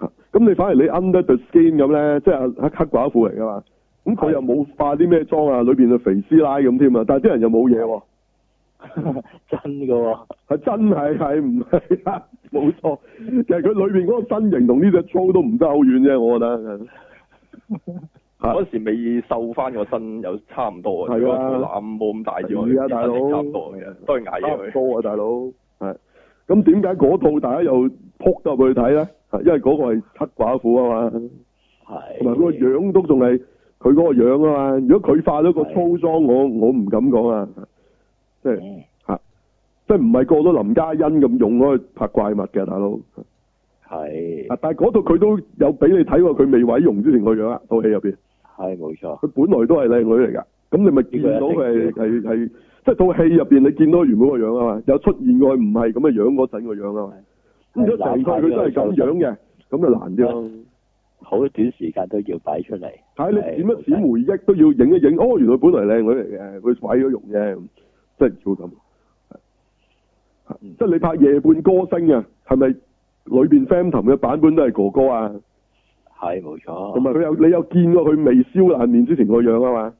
[SPEAKER 1] 啊咁你反而你 under the skin 咁咧，即係黑黑寡婦嚟㗎嘛？咁佢又冇化啲咩妝啊，裏邊就肥師奶咁添啊！但係啲人又冇嘢喎，
[SPEAKER 2] 真嘅喎，
[SPEAKER 1] 係真係係唔係 啊？冇錯，其實佢裏邊嗰個身形同呢只粗都唔得好遠啫，我覺得。啊
[SPEAKER 5] 嗰時未瘦翻個身有差唔多
[SPEAKER 1] 係
[SPEAKER 5] 啊，
[SPEAKER 1] 啊
[SPEAKER 5] 如果個腩冇咁大之外，
[SPEAKER 1] 係啊大佬
[SPEAKER 5] 其實差唔多嘅，都係矮
[SPEAKER 1] 差
[SPEAKER 5] 嘅
[SPEAKER 1] 唔
[SPEAKER 5] 佢。
[SPEAKER 1] 多啊，大佬。係。咁點解嗰套大家又撲得入去睇咧？係因為嗰個係黑寡婦啊嘛，同
[SPEAKER 2] 係，
[SPEAKER 1] 埋嗰個樣都仲係佢嗰個樣啊嘛。如果佢化咗個
[SPEAKER 2] 係
[SPEAKER 1] 粗裝，我我唔敢講啊。即係
[SPEAKER 2] 嗯，
[SPEAKER 1] 即係唔係過到林嘉欣咁用嗰去拍怪物嘅大佬。
[SPEAKER 2] 係，
[SPEAKER 1] 啊但係嗰套佢都有俾你睇過佢未毀容之前個樣啊，套戲入邊。
[SPEAKER 2] 係冇錯，
[SPEAKER 1] 佢本來都係靚女嚟㗎，咁你咪見到佢係係係，即係套戲入邊你見到佢原本個樣啊嘛，有出現過佢唔係咁嘅樣嗰陣個樣啊嘛，咁如果成套佢都係咁樣嘅，咁就難啲咯。
[SPEAKER 2] 好短時間都要擺出嚟。
[SPEAKER 1] 係你剪一剪回憶都要影一影，哦，原來本來靚女嚟嘅，佢毀咗容啫，真係要咁。係
[SPEAKER 2] 嗯
[SPEAKER 1] 即係你拍夜半歌星啊，係咪裏邊 Phantom 嘅版本都係哥哥啊？
[SPEAKER 2] 係冇錯。
[SPEAKER 1] 同埋佢有你有見過佢未燒爛面之前個樣啊嘛？嗯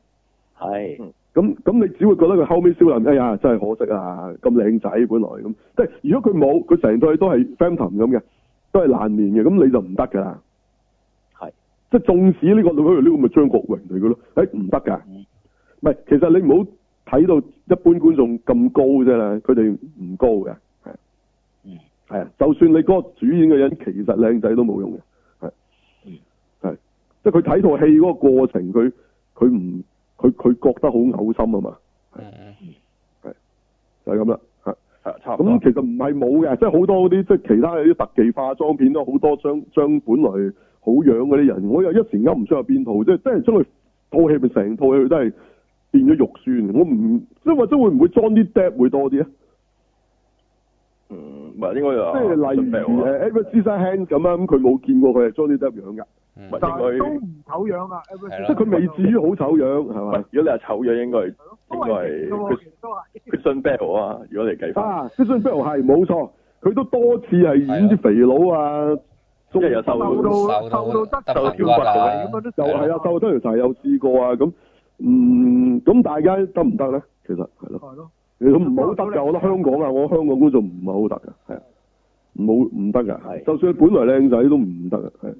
[SPEAKER 2] 係
[SPEAKER 1] 咁咁你只會覺得佢後尾燒爛，哎呀真係可惜啊！咁靚仔本來咁，即係如果佢冇，佢成對都係 Phantom 咁嘅，都係爛面嘅，咁你就唔得㗎啦。
[SPEAKER 2] 係
[SPEAKER 1] 即係縱使呢個女呢個咪張國榮嚟嘅咯，誒唔得㗎。
[SPEAKER 2] 嗯
[SPEAKER 1] 唔係，其實你唔好睇到一般觀眾咁高啫啦，佢哋唔高嘅，係
[SPEAKER 2] 嗯
[SPEAKER 1] 係啊，就算你嗰個主演嘅人其實靚仔都冇用嘅，係
[SPEAKER 2] 嗯
[SPEAKER 1] 係，即係佢睇套戲嗰個過程，佢佢唔佢佢覺得好嘔心啊嘛，
[SPEAKER 4] 嗯
[SPEAKER 1] 就係咁啦，係。
[SPEAKER 5] 係啊差唔多
[SPEAKER 1] 咁。其實唔係冇嘅，即係好多嗰啲即係其他有啲特技化妝片都好多將將本來好樣嗰啲人，我又一時噏唔出係邊套，即係即係將佢套戲咪成套戲都係變咗肉酸。我唔即係或者會唔會 Johnny Depp 會多啲咧？
[SPEAKER 5] 嗯，唔係應該
[SPEAKER 1] 即
[SPEAKER 5] 又
[SPEAKER 1] 係例如
[SPEAKER 5] 啊
[SPEAKER 1] 誒 e v e r s a Hand 咁啊，咁佢冇見過佢係 Johnny Depp 樣㗎，
[SPEAKER 4] 嗯
[SPEAKER 5] 喂
[SPEAKER 3] 但
[SPEAKER 5] 應該
[SPEAKER 3] 係都唔醜樣啊，
[SPEAKER 4] 係
[SPEAKER 1] 即係
[SPEAKER 4] 咯
[SPEAKER 1] 佢未至於好醜樣係
[SPEAKER 5] 唔
[SPEAKER 1] 嘛
[SPEAKER 5] 係？如果你係醜樣，應該係
[SPEAKER 3] 都係型嘅喎，其實都係
[SPEAKER 5] Christian Bale 啊。如果你計翻，
[SPEAKER 1] 啊 c h r i s t i a n Bale 係冇錯，佢都多次係演啲肥佬啊，
[SPEAKER 5] 即係有瘦
[SPEAKER 3] 瘦
[SPEAKER 5] 到
[SPEAKER 4] 瘦
[SPEAKER 3] 到
[SPEAKER 4] 到
[SPEAKER 3] 瘦到
[SPEAKER 4] 得
[SPEAKER 3] 得
[SPEAKER 5] 閒
[SPEAKER 3] 條
[SPEAKER 5] 骨啊
[SPEAKER 3] 咁樣都
[SPEAKER 1] 又
[SPEAKER 4] 係
[SPEAKER 1] 係啊，瘦得條柴有試過啊，咁嗯咁大家得唔得咧？其實係咯，
[SPEAKER 3] 係咯，
[SPEAKER 1] 你都唔好得㗎，我覺得香港啊，我香港觀眾唔係好得㗎，係啊，唔好唔得㗎，
[SPEAKER 2] 係
[SPEAKER 1] 就算佢本來靚仔都唔得㗎，係。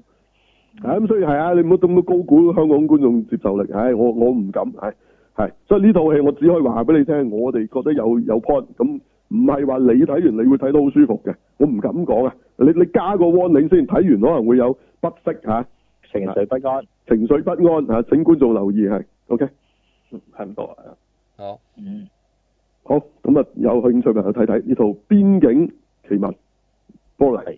[SPEAKER 1] 係咁，所以係啊，你唔好咁高估香港觀眾接受力。唉，我我唔敢，係係，所以呢套戲我只可以話俾你聽，我哋覺得有有 point，咁唔係話你睇完你會睇到好舒服嘅，我唔敢講啊。你你加個 warning 先，睇完可能會有不適嚇、
[SPEAKER 2] 情緒不安。
[SPEAKER 1] 情緒不安嚇、請觀眾留意係，OK，
[SPEAKER 5] 嗯差唔多啊。
[SPEAKER 4] 好
[SPEAKER 2] 嗯，
[SPEAKER 1] 好，咁啊有興趣朋友睇睇呢套《邊境奇聞》，波嚟
[SPEAKER 2] 係